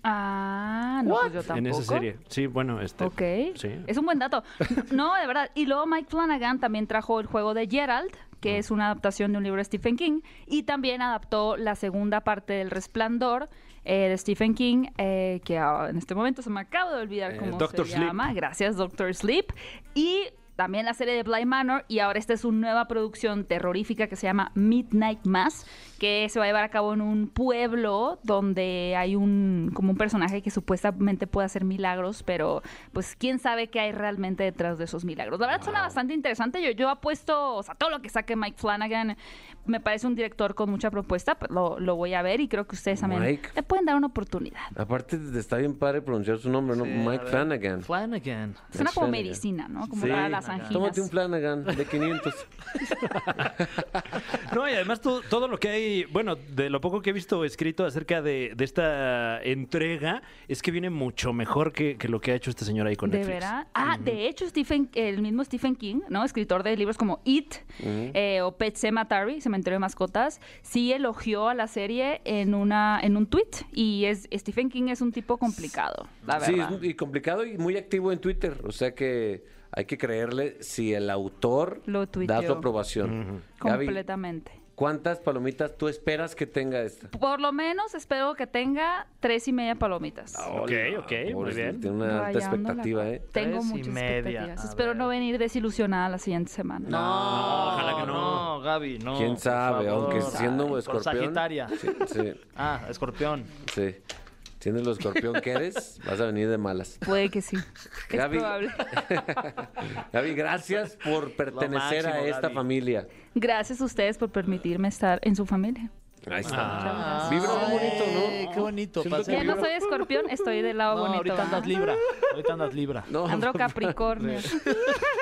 [SPEAKER 13] Ah, no, pues yo tampoco.
[SPEAKER 3] en esa serie. Sí, bueno, este.
[SPEAKER 13] Ok.
[SPEAKER 3] Sí.
[SPEAKER 13] Es un buen dato. No, de verdad. Y luego Mike Flanagan también trajo el juego de Gerald,
[SPEAKER 11] Ah.
[SPEAKER 13] que es una adaptación de un libro de Stephen King, y también adaptó la segunda parte del Resplandor eh, de Stephen King, eh, que ah, en este momento se me acaba de olvidar
[SPEAKER 11] Eh,
[SPEAKER 13] cómo
[SPEAKER 11] Doctor
[SPEAKER 13] se
[SPEAKER 11] Sleep.
[SPEAKER 13] llama. Gracias, Doctor Sleep. Y también la serie de Bly Manor y ahora esta es su nueva producción terrorífica que se llama Midnight Mass, que se va a llevar a cabo en un pueblo donde hay un como un personaje que supuestamente puede hacer milagros, pero pues quién sabe qué hay realmente detrás de esos milagros. La verdad suena bastante interesante. Yo yo apuesto, o sea, todo lo que saque Mike Flanagan me parece un director con mucha propuesta, pues, lo, lo voy a ver y creo que ustedes también
[SPEAKER 2] Mike.
[SPEAKER 13] le pueden dar una oportunidad.
[SPEAKER 2] Aparte, está bien padre pronunciar su nombre, ¿no?
[SPEAKER 4] a
[SPEAKER 2] Mike
[SPEAKER 4] ver.
[SPEAKER 2] Flanagan.
[SPEAKER 4] Flanagan.
[SPEAKER 13] Suena como
[SPEAKER 2] Flanagan.
[SPEAKER 13] medicina, ¿no? Como
[SPEAKER 2] Sí.
[SPEAKER 13] para las anginas.
[SPEAKER 2] Tómate un Flanagan de 500.
[SPEAKER 3] No, y además todo, todo lo que hay, bueno, de lo poco que he visto escrito acerca de, de esta entrega, es que viene mucho mejor que, que lo que ha hecho este señor ahí con
[SPEAKER 13] ¿De
[SPEAKER 3] Netflix.
[SPEAKER 13] verdad? Ah, de hecho, Stephen, el mismo Stephen King, ¿no? Escritor de libros como It
[SPEAKER 3] Ujú.
[SPEAKER 13] eh, o Pet Cemetery, Cementerio de Mascotas, sí elogió a la serie en una en un tweet y es Stephen King es un tipo complicado, la
[SPEAKER 2] sí,
[SPEAKER 13] verdad.
[SPEAKER 2] es y complicado y muy activo en Twitter. O sea que hay que creerle si el autor
[SPEAKER 13] Lo
[SPEAKER 2] da su
[SPEAKER 13] tuiteó.
[SPEAKER 2] aprobación. Gaby,
[SPEAKER 13] completamente.
[SPEAKER 2] ¿cuántas palomitas tú esperas que tenga esta?
[SPEAKER 13] Por lo menos espero que tenga tres y media palomitas.
[SPEAKER 2] Ok,
[SPEAKER 3] ok, muy bien.
[SPEAKER 2] Tiene Ah, una alta
[SPEAKER 13] Rayándola.
[SPEAKER 2] expectativa, ¿eh?
[SPEAKER 13] Tengo muchas expectativas. Espero no venir desilusionada la siguiente semana.
[SPEAKER 12] No,
[SPEAKER 2] ojalá que no.
[SPEAKER 12] No, Gaby, no.
[SPEAKER 2] ¿Quién
[SPEAKER 12] por
[SPEAKER 2] sabe?
[SPEAKER 12] favor.
[SPEAKER 2] Aunque siendo
[SPEAKER 12] Por
[SPEAKER 2] escorpión.
[SPEAKER 12] Sagitaria.
[SPEAKER 2] Sí, sí,
[SPEAKER 12] Ah, escorpión.
[SPEAKER 2] sí. Siendo el escorpión que eres, vas a venir de malas.
[SPEAKER 13] Puede que sí. Es
[SPEAKER 2] Gaby.
[SPEAKER 13] probable.
[SPEAKER 2] Gaby, gracias por pertenecer a
[SPEAKER 12] máximo,
[SPEAKER 2] esta
[SPEAKER 12] Gaby.
[SPEAKER 2] familia.
[SPEAKER 13] Gracias a ustedes por permitirme estar en su familia.
[SPEAKER 2] Ahí está.
[SPEAKER 12] Ah.
[SPEAKER 2] Vibra muy bonito, ¿no?
[SPEAKER 12] Qué bonito. pasa.
[SPEAKER 13] Ya no soy escorpión, estoy del lado
[SPEAKER 12] No,
[SPEAKER 13] bonito.
[SPEAKER 12] ahorita andas
[SPEAKER 13] ¿ah?
[SPEAKER 12] libra. Ahorita andas libra.
[SPEAKER 2] No.
[SPEAKER 13] Ando Capricornio.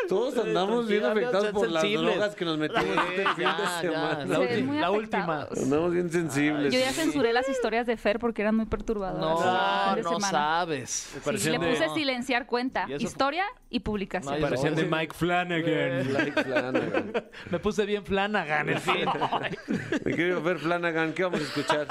[SPEAKER 2] Todos andamos bien
[SPEAKER 12] Tranquila,
[SPEAKER 2] afectados
[SPEAKER 12] sean
[SPEAKER 2] por las
[SPEAKER 12] sensibles.
[SPEAKER 2] drogas que nos metimos este fin
[SPEAKER 12] ya,
[SPEAKER 2] de
[SPEAKER 12] ya.
[SPEAKER 2] semana.
[SPEAKER 12] La
[SPEAKER 13] Sí, muy
[SPEAKER 12] última. La última.
[SPEAKER 13] afectados.
[SPEAKER 2] Andamos bien sensibles.
[SPEAKER 13] Yo ya censuré las historias de Fer porque eran muy perturbadoras.
[SPEAKER 12] No,
[SPEAKER 13] el fin de
[SPEAKER 12] no
[SPEAKER 13] semana.
[SPEAKER 12] sabes.
[SPEAKER 13] Sí, le puse silenciar cuenta,
[SPEAKER 12] Y eso-
[SPEAKER 13] historia y publicación.
[SPEAKER 3] Parecían de Mike Flanagan.
[SPEAKER 2] Mike Flanagan.
[SPEAKER 4] Me puse bien Flanagan, en fin.
[SPEAKER 2] Mi querido Fer Flanagan, ¿qué vamos a escuchar?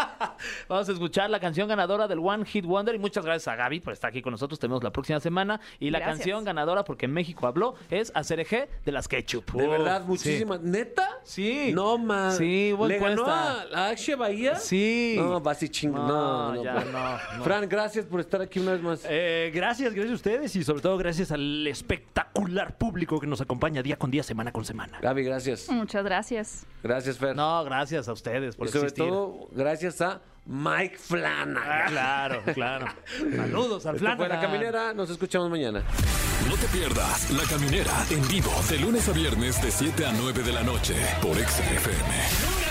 [SPEAKER 4] Vamos a escuchar la canción ganadora del One Hit Wonder y muchas gracias a Gaby por estar aquí con nosotros. Te vemos la próxima semana. Y la
[SPEAKER 2] Gracias.
[SPEAKER 4] canción ganadora, porque México habló, es Acereje de las Ketchup.
[SPEAKER 2] De
[SPEAKER 4] Oh,
[SPEAKER 2] verdad,
[SPEAKER 4] sí.
[SPEAKER 2] muchísimas. ¿Neta?
[SPEAKER 4] Sí.
[SPEAKER 2] No, man.
[SPEAKER 4] Sí, hubo
[SPEAKER 2] ¿Le ganó
[SPEAKER 4] encuesta.
[SPEAKER 2] a, a Axe Bahía?
[SPEAKER 4] Sí.
[SPEAKER 2] No, vas y ching. No,
[SPEAKER 4] No,
[SPEAKER 2] no,
[SPEAKER 4] ya
[SPEAKER 2] pues.
[SPEAKER 4] no, no.
[SPEAKER 2] Fran, gracias por estar aquí una vez más.
[SPEAKER 3] Eh, gracias, gracias a ustedes y sobre todo gracias al espectacular público que nos acompaña día con día, semana con semana.
[SPEAKER 2] Gaby, gracias.
[SPEAKER 13] Muchas gracias.
[SPEAKER 2] Gracias, Fer.
[SPEAKER 4] No, gracias a ustedes por
[SPEAKER 2] y sobre
[SPEAKER 4] existir. Ah,
[SPEAKER 2] todo, gracias a Mike Flanagan.
[SPEAKER 4] Claro, claro. Saludos al
[SPEAKER 2] Esto fue La
[SPEAKER 4] Flanagan.
[SPEAKER 2] Caminera. Nos escuchamos mañana.
[SPEAKER 1] No te pierdas La Caminera en vivo de lunes a viernes de 7 a 9 de la noche por Exa FM.